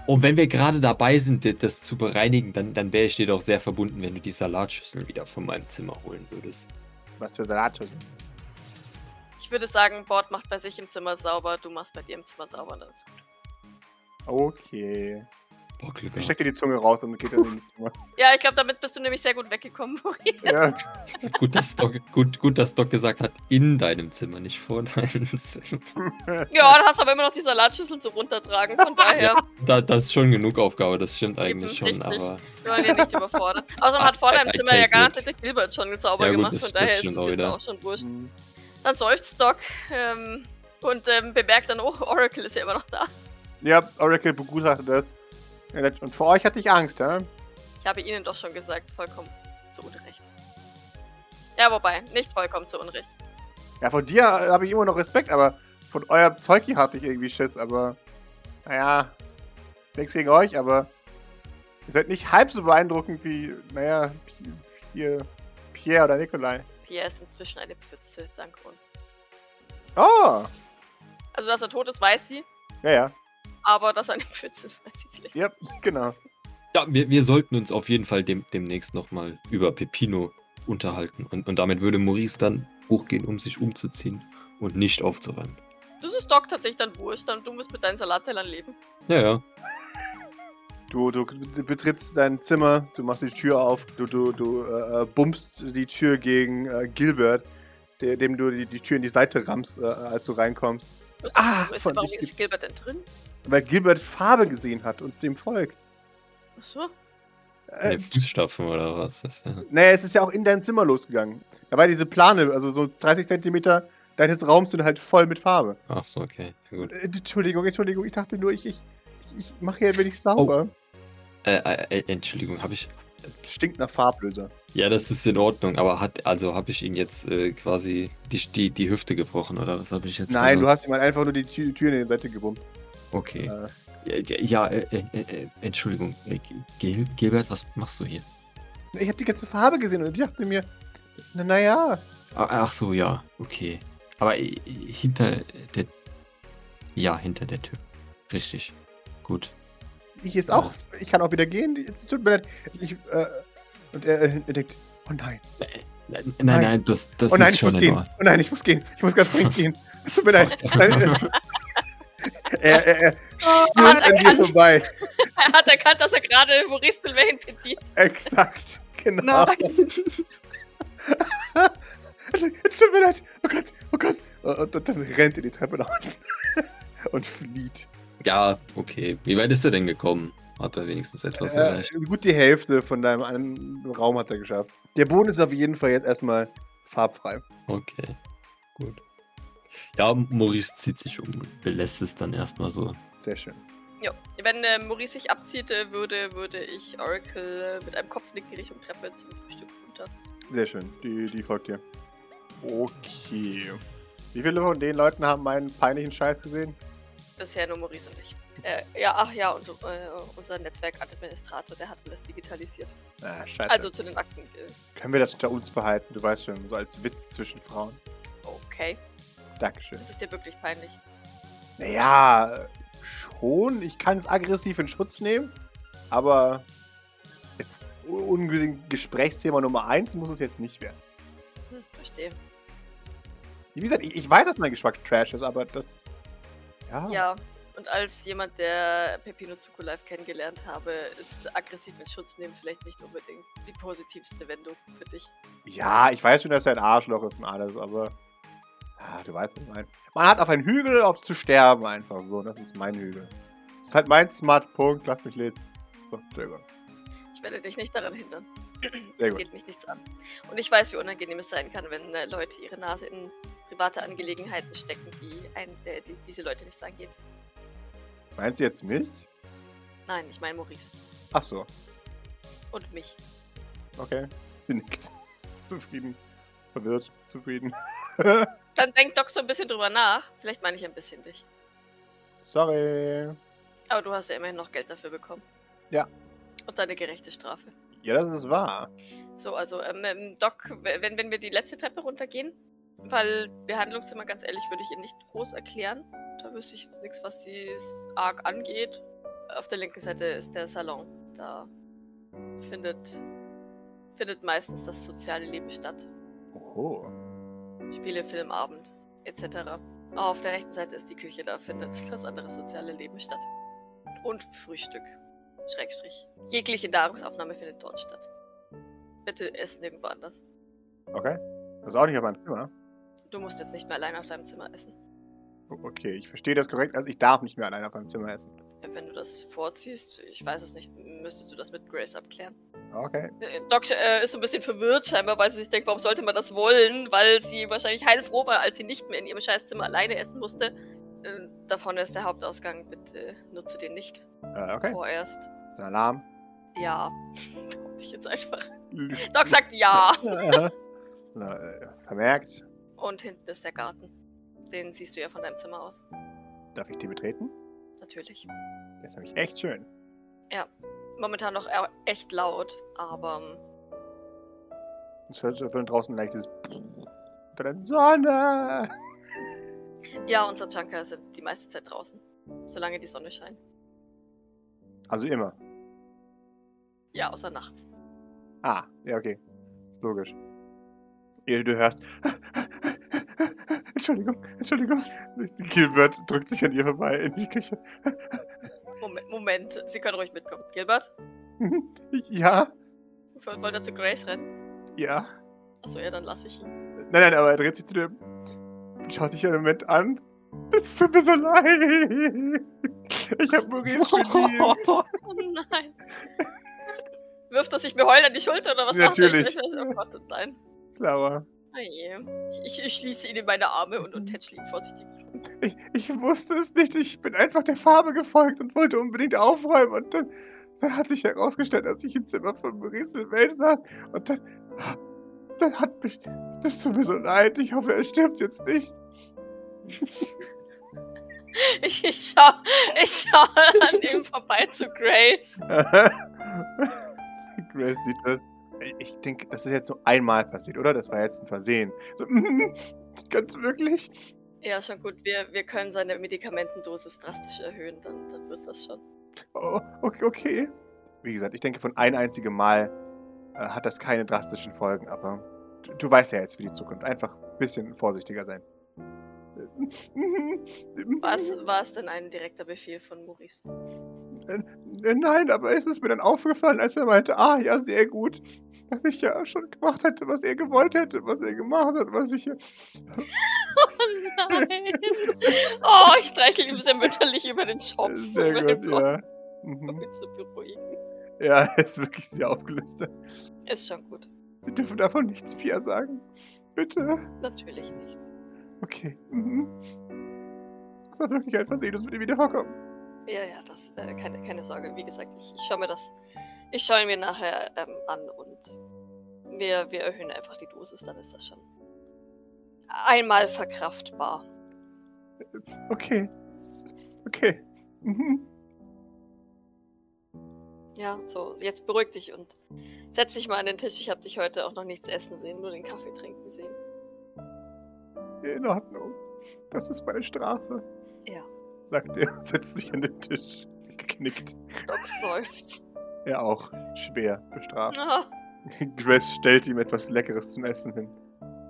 Speaker 5: Und wenn wir gerade dabei sind, di- das zu bereinigen, dann, dann wäre ich dir doch sehr verbunden, wenn du die Salatschüssel wieder von meinem Zimmer holen würdest.
Speaker 1: Was für Salatschüssel.
Speaker 3: Ich würde sagen, Bord macht bei sich im Zimmer sauber, du machst bei dir im Zimmer sauber und dann ist gut.
Speaker 1: Okay.
Speaker 5: Boah, Glück
Speaker 1: Ich
Speaker 5: gehabt.
Speaker 1: steck dir die Zunge raus und geht dann ins Zimmer.
Speaker 3: Ja, ich glaube, damit bist du nämlich sehr gut weggekommen, Maurice.
Speaker 1: ja.
Speaker 5: Gut, dass Doc, gut, gut, dass Doc gesagt hat, in deinem Zimmer, nicht vor deinem Zimmer.
Speaker 3: Ja, dann hast du aber immer noch die Salatschüssel so runtertragen,
Speaker 5: (laughs)
Speaker 3: von daher.
Speaker 5: Da, das ist schon genug Aufgabe, das stimmt eigentlich
Speaker 3: Eben,
Speaker 5: schon,
Speaker 3: richtig.
Speaker 5: aber
Speaker 3: Wir wollen ja nicht überfordern. Außerdem hat vor deinem
Speaker 5: I- I
Speaker 3: Zimmer ja
Speaker 5: take
Speaker 3: ganz
Speaker 5: it.
Speaker 3: Hilbert schon sauber
Speaker 5: Ja, gut,
Speaker 3: gemacht,
Speaker 5: das-
Speaker 3: von
Speaker 5: das
Speaker 3: daher ist es
Speaker 5: stimmt
Speaker 3: jetzt
Speaker 5: auch wieder.
Speaker 3: auch schon wurscht.
Speaker 1: hm.
Speaker 3: Dann seufzt Doc ähm, und ähm, bemerkt dann, oh, Oracle ist ja immer noch da.
Speaker 1: ja, Oracle begutachtet das. Und vor euch hatte ich Angst, hä?
Speaker 3: Ich habe ihnen doch schon gesagt, vollkommen zu Unrecht. Ja, wobei, nicht vollkommen zu Unrecht.
Speaker 1: Ja, von dir äh, habe ich immer noch Respekt, aber von eurem Zeug hier hatte ich irgendwie Schiss, aber naja, nichts gegen euch, aber ihr seid nicht halb so beeindruckend wie, naja, Pi- hier Pierre oder Nikolai.
Speaker 3: Pierre ist inzwischen eine Pfütze, dank uns.
Speaker 1: Oh,
Speaker 3: Also, dass er tot ist, weiß sie,
Speaker 1: ja, ja,
Speaker 3: aber dass er eine Pfütze ist, weiß sie vielleicht.
Speaker 1: ja, genau.
Speaker 5: Ja, wir, wir sollten uns auf jeden Fall dem, demnächst nochmal über Pepino unterhalten. Und, und damit würde Maurice dann hochgehen, um sich umzuziehen und nicht aufzuräumen.
Speaker 3: Das ist Doc tatsächlich dann wurscht, dann du musst mit deinen Salattellern leben.
Speaker 5: Ja, ja.
Speaker 1: Du, du betrittst dein Zimmer, du machst die Tür auf, du, du, du äh, äh, bumpst die Tür gegen äh, Gilbert, der, dem du die, die Tür in die Seite rammst, äh, als du reinkommst.
Speaker 3: Das
Speaker 1: Ah,
Speaker 3: ist,
Speaker 1: von
Speaker 3: warum
Speaker 1: sich
Speaker 3: ist Gilbert denn drin?
Speaker 1: Weil Gilbert Farbe gesehen hat und dem folgt.
Speaker 3: Achso.
Speaker 1: Äh,
Speaker 5: Der Fußstapfen oder was? Das, ja.
Speaker 1: Naja, es ist ja auch in dein Zimmer losgegangen. Dabei diese Plane, also so 30 Zentimeter deines Raums sind halt voll mit Farbe.
Speaker 5: Ach so, okay. Ja, gut.
Speaker 1: Äh, Entschuldigung, Entschuldigung, ich dachte nur, ich, ich, ich, ich mache hier ein wenig sauber.
Speaker 5: Äh, äh, äh, Entschuldigung, habe ich.
Speaker 1: Stinkt nach Farblöser.
Speaker 5: Ja, das ist in Ordnung, aber hat, also habe ich ihn jetzt äh, quasi die, die, die Hüfte gebrochen oder was habe ich jetzt?
Speaker 1: Nein,
Speaker 5: also,
Speaker 1: du hast ihm halt einfach nur die Tür, Tür in die Seite gebummt.
Speaker 5: Okay.
Speaker 1: Äh,
Speaker 5: Ja, ja, ja äh, äh, äh, äh, Entschuldigung. Äh, Gil, Gilbert, was machst du hier?
Speaker 1: ich habe die ganze Farbe gesehen und ich dachte mir, na, naja,
Speaker 5: Ah, Ach so, ja, okay. Aber äh, äh, hinter der. Ja, hinter der Tür. Richtig. Gut.
Speaker 1: ich ist auch, ich kann auch wieder gehen. Es tut mir leid. Ich, äh, und er, er denkt, oh nein,
Speaker 5: Nein,
Speaker 1: Nein.
Speaker 5: nein, nein das, das
Speaker 1: oh nein,
Speaker 5: ist
Speaker 1: ich
Speaker 5: schon
Speaker 1: muss
Speaker 5: in
Speaker 1: gehen.
Speaker 5: Ordnung.
Speaker 1: Oh nein, ich muss gehen. Ich muss ganz dringend gehen. Es tut mir (laughs) leid. Nein, äh, er, er, Ah, er stürmt an dir vorbei.
Speaker 3: Er hat erkannt, dass er gerade Maurice Delvain bedient. (laughs)
Speaker 1: Exakt. Genau. Es tut mir leid. Oh Gott, oh Gott. Und, und dann rennt er die Treppe nach unten (laughs) und flieht.
Speaker 5: Ja, okay. Wie weit ist er denn gekommen? Hat er wenigstens etwas
Speaker 1: Äh,
Speaker 5: erreicht?
Speaker 1: gut die Hälfte von deinem anderen Raum hat er geschafft. Der Boden ist auf jeden Fall jetzt erstmal farbfrei.
Speaker 5: Okay. Gut. Ja, Maurice zieht sich um und belässt es dann erstmal so.
Speaker 1: Sehr schön.
Speaker 3: Ja, wenn äh, Maurice sich abzieht, äh, würde, würde ich Oracle äh, mit einem Kopfnicken Richtung Treppe zum Frühstück runter.
Speaker 1: Sehr schön. Die, die folgt dir. Okay. Wie viele von den Leuten haben meinen peinlichen Scheiß gesehen?
Speaker 3: Bisher nur Maurice und ich. Äh, ja, ach ja, und äh, unser Netzwerkadministrator, der hat alles digitalisiert.
Speaker 1: Ah, scheiße.
Speaker 3: Also zu den Akten. Äh,
Speaker 1: Können wir das unter uns behalten? Du weißt schon, so als Witz zwischen Frauen.
Speaker 3: okay,
Speaker 1: Dankeschön.
Speaker 3: das ist dir wirklich peinlich.
Speaker 1: Naja, schon. Ich kann es aggressiv in Schutz nehmen, aber jetzt un- unbedingt Gesprächsthema Nummer eins muss es jetzt nicht werden.
Speaker 3: Hm, verstehe.
Speaker 1: Wie gesagt, ich, ich weiß, dass mein Geschmack Trash ist, aber das. Ja.
Speaker 3: Ja, und als jemand, der Pepino Zuko live kennengelernt habe, ist aggressiv in Schutz nehmen vielleicht nicht unbedingt die positivste Wendung für dich.
Speaker 1: Ja, ich weiß schon, dass er ein Arschloch ist und alles, aber. Ah, du weißt, was ich meine. Man hat auf einen Hügel auf zu sterben einfach so. Und das ist mein Hügel. Das ist halt mein Smart Punkt. Lass mich lesen. So, Entschuldigung.
Speaker 3: Ich werde dich nicht daran hindern.
Speaker 1: Sehr
Speaker 3: Es
Speaker 1: gut.
Speaker 3: geht mich nichts an. Und ich weiß, wie unangenehm es sein kann, wenn äh, Leute ihre Nase in private Angelegenheiten stecken, die, ein, äh, die diese Leute nichts angehen.
Speaker 1: Meinst du jetzt mich?
Speaker 3: Nein, ich meine Maurice.
Speaker 1: Ach so,
Speaker 3: Und mich.
Speaker 1: okay. (laughs) Sie nickt. Zufrieden. Verwirrt. Zufrieden.
Speaker 3: Dann denkt Doc so ein bisschen drüber nach. Vielleicht meine ich ein bisschen dich.
Speaker 1: Sorry.
Speaker 3: Aber du hast ja immerhin noch Geld dafür bekommen.
Speaker 1: Ja.
Speaker 3: Und deine gerechte Strafe.
Speaker 1: Ja, das ist wahr.
Speaker 3: So, also, ähm, ähm, Doc, w- wenn, wenn wir die letzte Treppe runtergehen, weil Behandlungszimmer, ganz ehrlich, würde ich ihr nicht groß erklären. Da wüsste ich jetzt nichts, was sie s- arg angeht. Auf der linken Seite ist der Salon. Da findet, findet meistens das soziale Leben statt.
Speaker 1: Oh.
Speaker 3: Spiele, Filmabend, etc. Auf der rechten Seite ist die Küche, da findet (laughs) das andere soziale Leben statt. Und Frühstück. Schrägstrich. Jegliche Nahrungsaufnahme findet dort statt. Bitte essen irgendwo anders.
Speaker 1: Okay. Das ist auch nicht auf meinem Zimmer.
Speaker 3: Du musst jetzt nicht mehr allein auf deinem Zimmer essen.
Speaker 1: O- Okay, ich verstehe das korrekt. Also, ich darf nicht mehr allein auf meinem Zimmer essen.
Speaker 3: Wenn du das vorziehst, ich weiß es nicht, müsstest du das mit Grace abklären.
Speaker 1: Okay.
Speaker 3: Äh, Doc äh, ist so ein bisschen verwirrt scheinbar, weil sie sich denkt, warum sollte man das wollen? Weil sie wahrscheinlich heilfroh war, als sie nicht mehr in ihrem Scheißzimmer alleine essen musste. Äh, da vorne ist der Hauptausgang, bitte nutze den nicht.
Speaker 1: Äh, okay.
Speaker 3: Vorerst.
Speaker 1: Das ist ein Alarm.
Speaker 3: (laughs) Ja. Behaupte ich jetzt einfach. Doc sagt ja.
Speaker 1: (laughs) Ja. Na, äh, vermerkt.
Speaker 3: Und hinten ist der Garten. Den siehst du ja von deinem Zimmer aus.
Speaker 1: Darf ich die betreten?
Speaker 3: Natürlich.
Speaker 1: Der ist nämlich echt schön.
Speaker 3: Momentan noch e- echt laut, aber ähm,
Speaker 1: Es hört sich von draußen ein leichtes unter der Sonne.
Speaker 3: ja, unsere Junker sind die meiste Zeit draußen. Solange die Sonne scheint.
Speaker 1: Also immer.
Speaker 3: Ja, außer nachts.
Speaker 1: Ah, ja, okay. Ist Logisch. Ehe du hörst. (laughs) Entschuldigung, Entschuldigung. Gilbert drückt sich an ihr vorbei in die Küche.
Speaker 3: Moment, Moment, Sie können ruhig mitkommen. Gilbert,
Speaker 1: Ja,
Speaker 3: wollt ihr zu Grace rennen?
Speaker 1: ja.
Speaker 3: Achso, ja, dann lasse ich ihn.
Speaker 1: Nein, nein, aber er dreht sich zu dir. Schaut dich einen Moment an. Es tut mir so leid. Ich hab Maurice geliebt.
Speaker 3: Oh nein. Wirft er sich mir heulen an die Schulter oder was
Speaker 1: Natürlich.
Speaker 3: macht er? Ich weiß- Oh Gott, oh nein.
Speaker 1: Clara.
Speaker 3: Oh je. Ich, ich schließe ihn in meine Arme und, und tätschle ihn vorsichtig.
Speaker 1: Ich, ich wusste es nicht. Ich bin einfach der Farbe gefolgt und wollte unbedingt aufräumen. Und dann, dann hat sich herausgestellt, dass ich im Zimmer von Maurice in Welt saß. Und dann. Dann hat mich. Das tut mir so leid. Ich hoffe, er stirbt jetzt nicht.
Speaker 3: Ich, ich schaue ich schau an ihm vorbei zu Grace.
Speaker 1: (laughs) Grace sieht das. Ich denke, das ist jetzt nur einmal passiert, oder? Das war jetzt ein Versehen. So, (laughs) ganz wirklich?
Speaker 3: Ja, schon gut. Wir, wir können seine Medikamentendosis drastisch erhöhen, dann, dann wird das schon.
Speaker 1: Oh, okay, okay. Wie gesagt, ich denke, von ein einzigen Mal äh, hat das keine drastischen Folgen, aber du, du weißt ja jetzt für die Zukunft. Einfach ein bisschen vorsichtiger sein.
Speaker 3: War es, war es denn ein direkter Befehl von Maurice?
Speaker 1: Äh, Nein, aber es ist mir dann aufgefallen, als er meinte, ah, ja, sehr gut, dass ich ja schon gemacht hätte, was er gewollt hätte, was er gemacht hat, was ich...
Speaker 3: Oh
Speaker 1: (laughs)
Speaker 3: nein! Oh, ich streichel ihm sehr mütterlich über den Schopf.
Speaker 1: Sehr
Speaker 3: Mit
Speaker 1: gut,
Speaker 3: dem
Speaker 1: ja.
Speaker 3: Um
Speaker 1: Mhm.
Speaker 3: ihn zu beruhigen.
Speaker 1: Ja, (laughs) er ist wirklich sehr aufgelöst.
Speaker 3: Ist schon gut.
Speaker 1: Sie dürfen davon nichts Pia sagen. Bitte.
Speaker 3: Natürlich nicht.
Speaker 1: Okay. Mhm. Das war wirklich ein Versehen, das wird ihr wieder vorkommen.
Speaker 3: Ja, ja, das, äh, keine, keine Sorge. Wie gesagt, ich, ich schaue mir das, ich schaue ihn mir nachher ähm, an und wir, wir erhöhen einfach die Dosis, dann ist das schon einmal verkraftbar.
Speaker 1: Okay. Okay. Mhm.
Speaker 3: Ja, so, jetzt beruhig dich und setz dich mal an den Tisch. Ich habe dich heute auch noch nichts essen sehen, nur den Kaffee trinken sehen.
Speaker 1: In Ordnung. Das ist meine Strafe.
Speaker 3: Ja.
Speaker 1: Sagt er, (laughs) setzt sich an den Tisch. Geknickt.
Speaker 3: (laughs) Doc seufzt.
Speaker 1: Er auch. Schwer bestraft. (laughs)
Speaker 3: Ah,
Speaker 1: Grace stellt ihm etwas Leckeres zum Essen hin.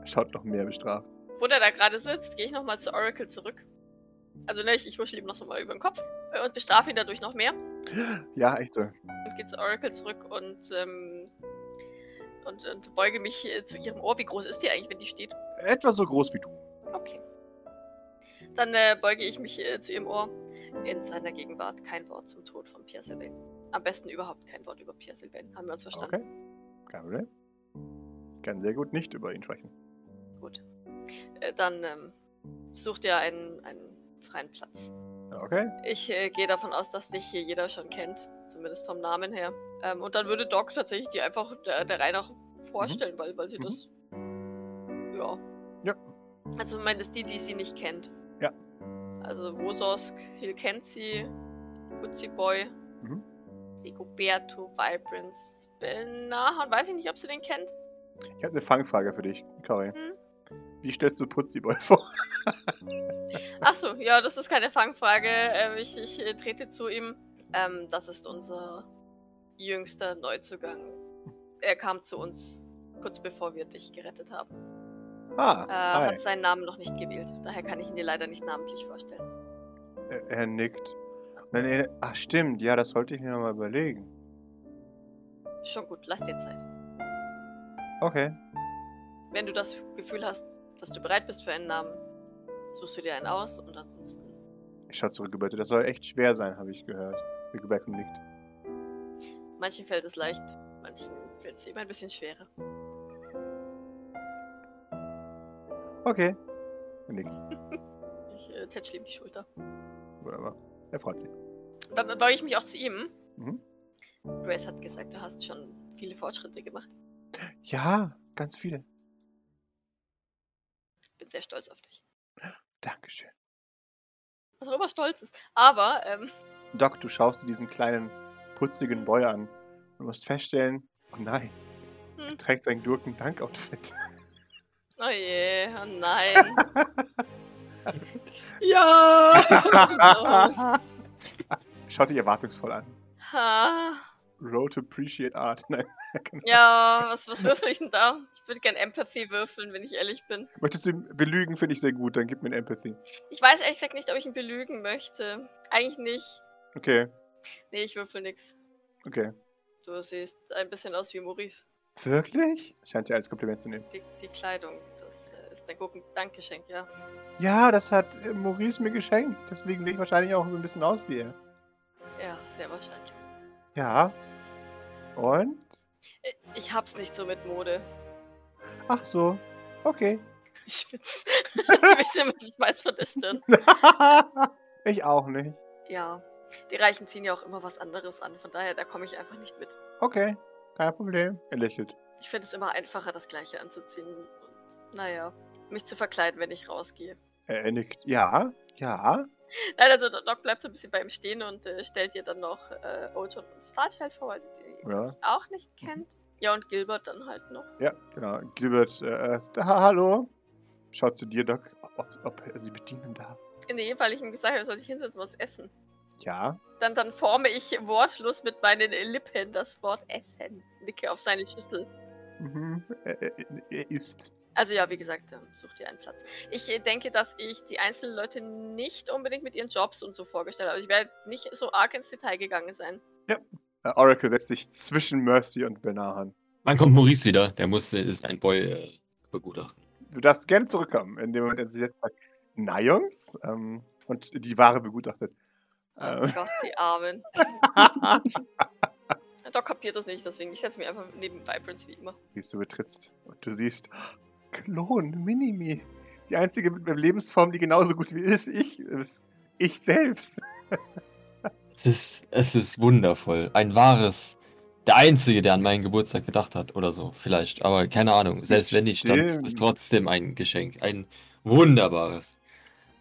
Speaker 1: Er schaut noch mehr bestraft.
Speaker 3: wo der da gerade sitzt, gehe ich nochmal zu Oracle zurück. Also ne, ich, ich wuschel ihm noch so mal über den Kopf äh, und bestrafe ihn dadurch noch mehr.
Speaker 1: Ja, also, echt so.
Speaker 3: und gehe zu Oracle zurück und, ähm, und, und beuge mich äh, zu ihrem Ohr. Wie groß ist die eigentlich, wenn die steht?
Speaker 1: Etwa so groß wie du.
Speaker 3: Okay. Dann äh, beuge ich mich äh, zu ihrem Ohr. In seiner Gegenwart kein Wort zum Tod von Pierre Sylvain. Am besten überhaupt kein Wort über Pierre Sylvain. Haben wir uns verstanden?
Speaker 1: Okay. Kein Problem. Ich kann sehr gut nicht über ihn sprechen.
Speaker 3: Gut. Äh, dann ähm, such dir einen, einen freien Platz.
Speaker 1: Okay.
Speaker 3: Ich äh, gehe davon aus, dass dich hier jeder schon kennt. Zumindest vom Namen her. Ähm, und dann würde Doc tatsächlich die einfach der, der Reihe nach vorstellen, weil, weil sie
Speaker 1: Mhm.
Speaker 3: das. Ja.
Speaker 1: Ja.
Speaker 3: Also, du meinst die, die sie nicht kennt.
Speaker 1: Ja.
Speaker 3: Also, Wososk, Hilkensi, Putziboy,
Speaker 1: Mhm.
Speaker 3: Rigoberto, Vibrance, Belnahorn. Weiß ich nicht, ob sie den kennt.
Speaker 1: Ich habe eine Fangfrage für dich, Cory.
Speaker 3: Hm?
Speaker 1: Wie stellst du Putziboy (laughs) vor?
Speaker 3: Achso, ja, das ist keine Fangfrage. Äh, ich ich äh, trete zu ihm. Ähm, das ist unser jüngster Neuzugang. Er kam zu uns kurz bevor wir dich gerettet haben.
Speaker 1: Ah,
Speaker 3: Äh,
Speaker 1: hi.
Speaker 3: hat seinen Namen noch nicht gewählt. Daher kann ich ihn dir leider nicht namentlich vorstellen.
Speaker 1: Er, Äh, er nickt. Nein, er, ach stimmt, ja, das sollte ich mir mal überlegen.
Speaker 3: Schon gut, lass dir Zeit.
Speaker 1: Okay.
Speaker 3: Wenn du das Gefühl hast, dass du bereit bist für einen Namen, suchst du dir einen aus und ansonsten.
Speaker 1: Ich schaue zurück, Roberto. Das soll echt schwer sein, habe ich gehört. Rigoberto nickt.
Speaker 3: Manchen fällt es leicht, manchen fällt es eben ein bisschen schwerer.
Speaker 1: Okay. Er nickt.
Speaker 3: Ich äh, tätschle ihm die Schulter.
Speaker 1: Wunderbar. Er freut sich.
Speaker 3: Dann beuge ich mich auch zu ihm.
Speaker 1: Mhm.
Speaker 3: Grace hat gesagt, du hast schon viele Fortschritte gemacht.
Speaker 1: Ja, ganz viele.
Speaker 3: bin sehr stolz auf dich.
Speaker 1: Dankeschön.
Speaker 3: Was auch immer stolz ist. Aber, ähm,
Speaker 1: Doc, du schaust dir diesen kleinen, putzigen Boy an und musst feststellen, oh nein, er
Speaker 3: Hm.
Speaker 1: trägt sein Gurken-Tank-Outfit.
Speaker 3: oh je, oh nein.
Speaker 6: Ja!
Speaker 3: Raus.
Speaker 1: (laughs) Schaut dich erwartungsvoll an.
Speaker 3: ha.
Speaker 1: Road to appreciate art. (laughs) Nein.
Speaker 3: Ja, was, was würfel ich denn da? Ich würde gern Empathy würfeln, wenn ich ehrlich bin.
Speaker 1: Möchtest du ihn belügen, finde ich sehr gut, dann gib mir ein Empathy.
Speaker 3: Ich weiß ehrlich gesagt nicht, ob ich ihn belügen möchte. Eigentlich nicht.
Speaker 1: Okay,
Speaker 3: Nee, ich würfel nix.
Speaker 1: okay.
Speaker 3: Du siehst ein bisschen aus wie Maurice.
Speaker 1: Wirklich? Scheint dir als Kompliment zu nehmen.
Speaker 3: Die, die Kleidung, das äh, ist ein gucken Dankgeschenk, ja.
Speaker 1: Ja, das hat äh, Maurice mir geschenkt. Deswegen sehe ich wahrscheinlich auch so ein bisschen aus wie er.
Speaker 3: Ja, sehr wahrscheinlich.
Speaker 1: Ja. Und?
Speaker 3: Äh, Ich hab's nicht so mit Mode.
Speaker 1: Ach so. Okay. (laughs)
Speaker 3: Ich find's. (laughs) das mich immer ich weiß von der Stirn.
Speaker 1: ich auch nicht.
Speaker 3: Ja. Die Reichen ziehen ja auch immer was anderes an, von daher, da komme ich einfach nicht mit.
Speaker 1: Okay. Kein Problem. Er lächelt.
Speaker 3: Ich finde es immer einfacher, das Gleiche anzuziehen und, naja, mich zu verkleiden, wenn ich rausgehe.
Speaker 1: Er er nickt. Äh, Ja. Ja.
Speaker 3: Nein, also Do- Doc bleibt so ein bisschen bei ihm stehen und äh, stellt ihr dann noch äh, Oldshot und Starchild vor, weil sie die
Speaker 1: Ja.
Speaker 3: glaub ich, auch nicht kennt. Ja, und Gilbert dann halt noch.
Speaker 1: Ja, genau. Gilbert, äh, äh, ha hallo. Schaut zu dir, Doc, ob, ob, ob er sie bedienen darf.
Speaker 3: Nee, weil ich ihm gesagt habe, er soll sich hinsetzen und was essen.
Speaker 1: Ja.
Speaker 3: Dann, dann forme ich wortlos mit meinen Lippen das Wort Essen. Nicke auf seine Schüssel.
Speaker 1: Mhm. Er, er, er ist.
Speaker 3: Also ja, wie gesagt, ähm, such dir einen Platz. Ich äh, denke, dass ich die einzelnen Leute nicht unbedingt mit ihren Jobs und so vorgestellt habe. Ich werde nicht so arg ins Detail gegangen sein.
Speaker 1: Äh, Oracle setzt sich zwischen Mercy und Benahan.
Speaker 5: Wann kommt Maurice wieder? Der muss äh, ist ein Boy äh, begutachten.
Speaker 1: Du darfst gerne zurückkommen, in dem Moment, als sie jetzt sagt, na Jungs, ähm, und die Ware begutachtet.
Speaker 5: Ah.
Speaker 3: Oh (laughs)
Speaker 1: Äh,
Speaker 3: Gott, die Armen. Doc kapiert das nicht, deswegen ich setze mich einfach neben Vibrance wie immer.
Speaker 1: wie du betrittst. Und du siehst, Klon, Minimi. Die einzige mit meiner Lebensform, die genauso gut wie ist, ich, ist ich selbst.
Speaker 5: Es ist, es ist wundervoll. Ein wahres. Der Einzige, der an meinen Geburtstag gedacht hat oder so, vielleicht. Aber keine Ahnung. Selbst wenn nicht, dann ist es
Speaker 1: Stimmt.
Speaker 5: trotzdem ein Geschenk. Ein wunderbares.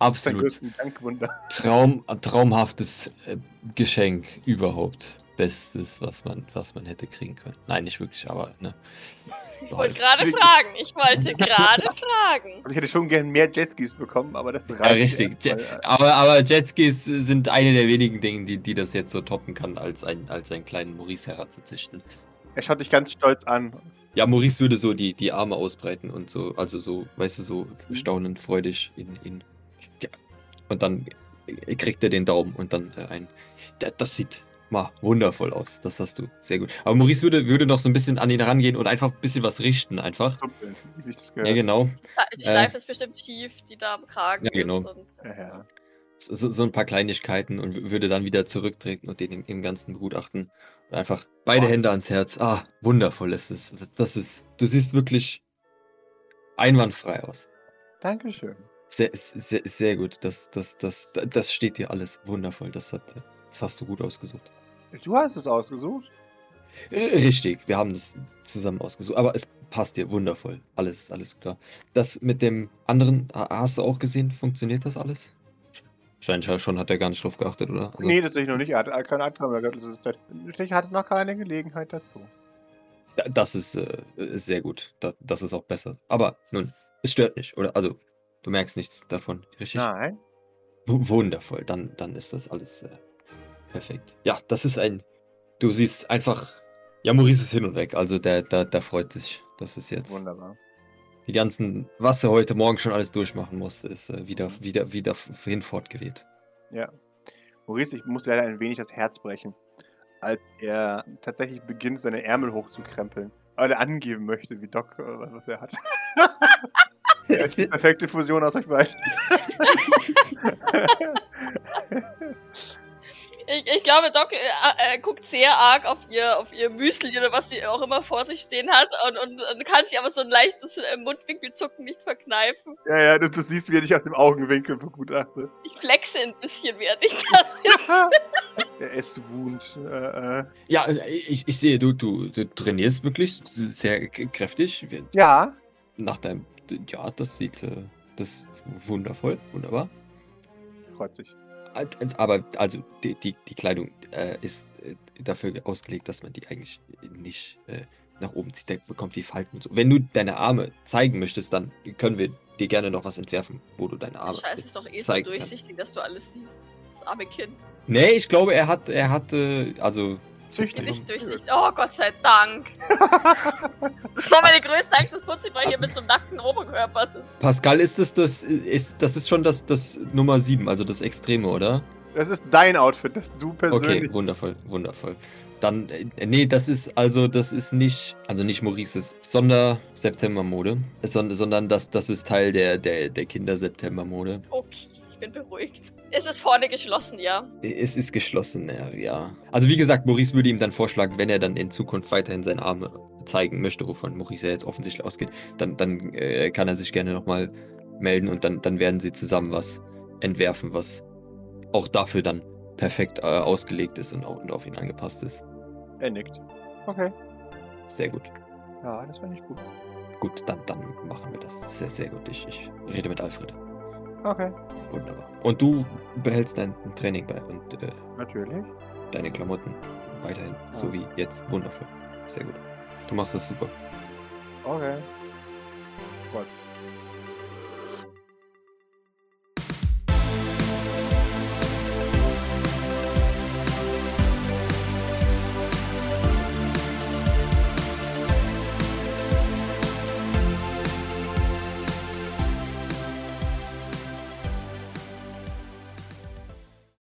Speaker 1: Das ist ein
Speaker 5: Absolut
Speaker 1: Gott- Dankwunder.
Speaker 5: Traum, traumhaftes äh, Geschenk überhaupt. Bestes, was man, was man hätte kriegen können. Nein, nicht wirklich, aber ne.
Speaker 3: Ich
Speaker 5: Lol.
Speaker 3: wollte gerade fragen. Ich
Speaker 5: (laughs)
Speaker 3: wollte gerade fragen.
Speaker 1: Also ich hätte schon gern mehr Jetskis bekommen, aber das reicht.
Speaker 5: Ja, richtig.
Speaker 1: erstmal.
Speaker 5: Je- Aber, aber Jetskis sind eine der wenigen Dinge, die, die das jetzt so toppen kann, als, ein, als einen kleinen Maurice heranzuzichten.
Speaker 1: äh, Er schaut dich ganz stolz an.
Speaker 5: Ja, Maurice würde so die, die Arme ausbreiten und so, also so, weißt du, so staunend, freudig in. in ja. Und dann äh, kriegt er den Daumen und dann äh, ein. Da- Das sieht mal wundervoll aus. Das hast du. Sehr gut. Aber Maurice würde, würde noch so ein bisschen an ihn rangehen und einfach ein bisschen was richten, einfach.
Speaker 1: Zuppeln, wie sich das
Speaker 5: Ja,
Speaker 1: gehört.
Speaker 5: genau.
Speaker 3: Die
Speaker 5: Äh.
Speaker 3: Schleife ist bestimmt schief, die da am Kragen
Speaker 5: Ja, genau.
Speaker 3: ist. Und
Speaker 1: Ja, ja.
Speaker 5: so, so ein paar Kleinigkeiten und w- würde dann wieder zurücktreten und den im, im Ganzen begutachten. Und einfach beide
Speaker 1: Boah.
Speaker 5: Hände ans Herz. Ah, wundervoll ist es. Das- Das ist, du siehst wirklich einwandfrei aus.
Speaker 1: Dankeschön.
Speaker 5: Sehr, sehr, sehr gut. Das, das, das, das steht dir alles wundervoll. Das, hat, das hast du gut ausgesucht.
Speaker 1: Du hast es ausgesucht.
Speaker 5: Äh, Richtig, wir haben das zusammen ausgesucht. Aber es passt dir wundervoll. Alles, alles klar. Das mit dem anderen, ha- hast du auch gesehen? Funktioniert das alles? Scheinbar schon hat er gar nicht drauf geachtet, oder? Also-
Speaker 1: Nee, tatsächlich noch nicht. Er hat keinen Antrag mehr gehabt. Das ist- Ich hatte noch keine Gelegenheit dazu.
Speaker 5: Da- Das ist äh, äh, sehr gut. Das, das ist auch besser. Aber nun, es stört nicht, oder? Also, du merkst nichts davon, richtig?
Speaker 1: Nein.
Speaker 5: W- Wundervoll. Dann, dann ist das alles äh, perfekt. Ja, das ist ein. Du siehst einfach. Ja, Maurice ist hin und weg. Also, der, der, der freut sich. Das ist jetzt.
Speaker 1: Wunderbar.
Speaker 5: Die ganzen, was er heute Morgen schon alles durchmachen musste, ist äh, wieder, wieder, wieder f- hinfortgeweht.
Speaker 1: Maurice, ich muss leider ein wenig das Herz brechen, als er tatsächlich beginnt, seine Ärmel hochzukrempeln. Weil er angeben möchte, wie Doc, äh, was er hat. (laughs) Er ist die perfekte Fusion aus euch beiden.
Speaker 3: ich, ich glaube, Doc äh, äh, guckt sehr arg auf ihr, auf ihr Müsli oder was sie auch immer vor sich stehen hat und, und, und kann sich aber so ein leichtes äh, Mundwinkelzucken nicht verkneifen.
Speaker 1: ja, ja, du, du siehst, wie er dich aus dem Augenwinkel begutachtet.
Speaker 3: Ich flexe ein bisschen, während ich
Speaker 1: (laughs)
Speaker 3: das jetzt
Speaker 1: Er ist wound. Äh, äh.
Speaker 5: Ja, ich, ich sehe, du, du, du trainierst wirklich sehr kräftig. Wir-
Speaker 1: Ja,
Speaker 5: nach deinem. Ja, das sieht, äh, Das ist wundervoll, wunderbar.
Speaker 1: Freut sich.
Speaker 5: Alt- alt- Aber also die, die, die Kleidung äh, ist äh, dafür ausgelegt, dass man die eigentlich nicht äh, nach oben zieht. Da bekommt die Falten und so. Wenn du deine Arme zeigen möchtest, dann können wir dir gerne noch was entwerfen, wo du deine Arme.
Speaker 3: Scheiße, ist doch eh so
Speaker 5: zeigen kann.
Speaker 3: durchsichtig, dass du alles siehst. Das arme Kind.
Speaker 5: Nee, ich glaube, er hat, er hatte, also
Speaker 1: Züchtig.
Speaker 3: Nicht durchsichtig. Oh, Gott sei Dank. Das war meine größte Angst, dass Putzibar hier mit so einem nackten Oberkörper sitzt.
Speaker 5: Pascal ist es das, ist, das ist schon das, das Nummer 7, also das Extreme, oder?
Speaker 1: Das ist dein Outfit, das du
Speaker 5: Okay,
Speaker 1: persönlich.
Speaker 5: wundervoll, wundervoll. Dann, äh, nee, das ist also, das ist nicht, also nicht Maurices Sonder-September-Mode, sondern, sondern das, das ist Teil der, der, der Kinder-September-Mode.
Speaker 3: Okay, ich bin beruhigt. Es ist vorne geschlossen, ja.
Speaker 5: Es ist geschlossen, ja, ja. Also wie gesagt, Maurice würde ihm dann vorschlagen, wenn er dann in Zukunft weiterhin seine Arme zeigen möchte, wovon Maurice ja jetzt offensichtlich ausgeht, dann, dann äh, kann er sich gerne nochmal melden und dann, dann werden sie zusammen was entwerfen, was auch dafür dann perfekt äh, ausgelegt ist und, auch, und auf ihn angepasst ist.
Speaker 1: Er nickt. Okay.
Speaker 5: Sehr gut.
Speaker 1: Ja, das war nicht gut.
Speaker 5: Gut, dann, dann machen wir das. Sehr, sehr gut. Ich, ich rede mit Alfred.
Speaker 1: Okay.
Speaker 5: Wunderbar. Und du behältst dein Training bei und äh,
Speaker 1: Natürlich.
Speaker 5: deine Klamotten weiterhin, so wie jetzt. Wundervoll. Sehr gut. Du machst das super.
Speaker 1: Okay. Freut sich.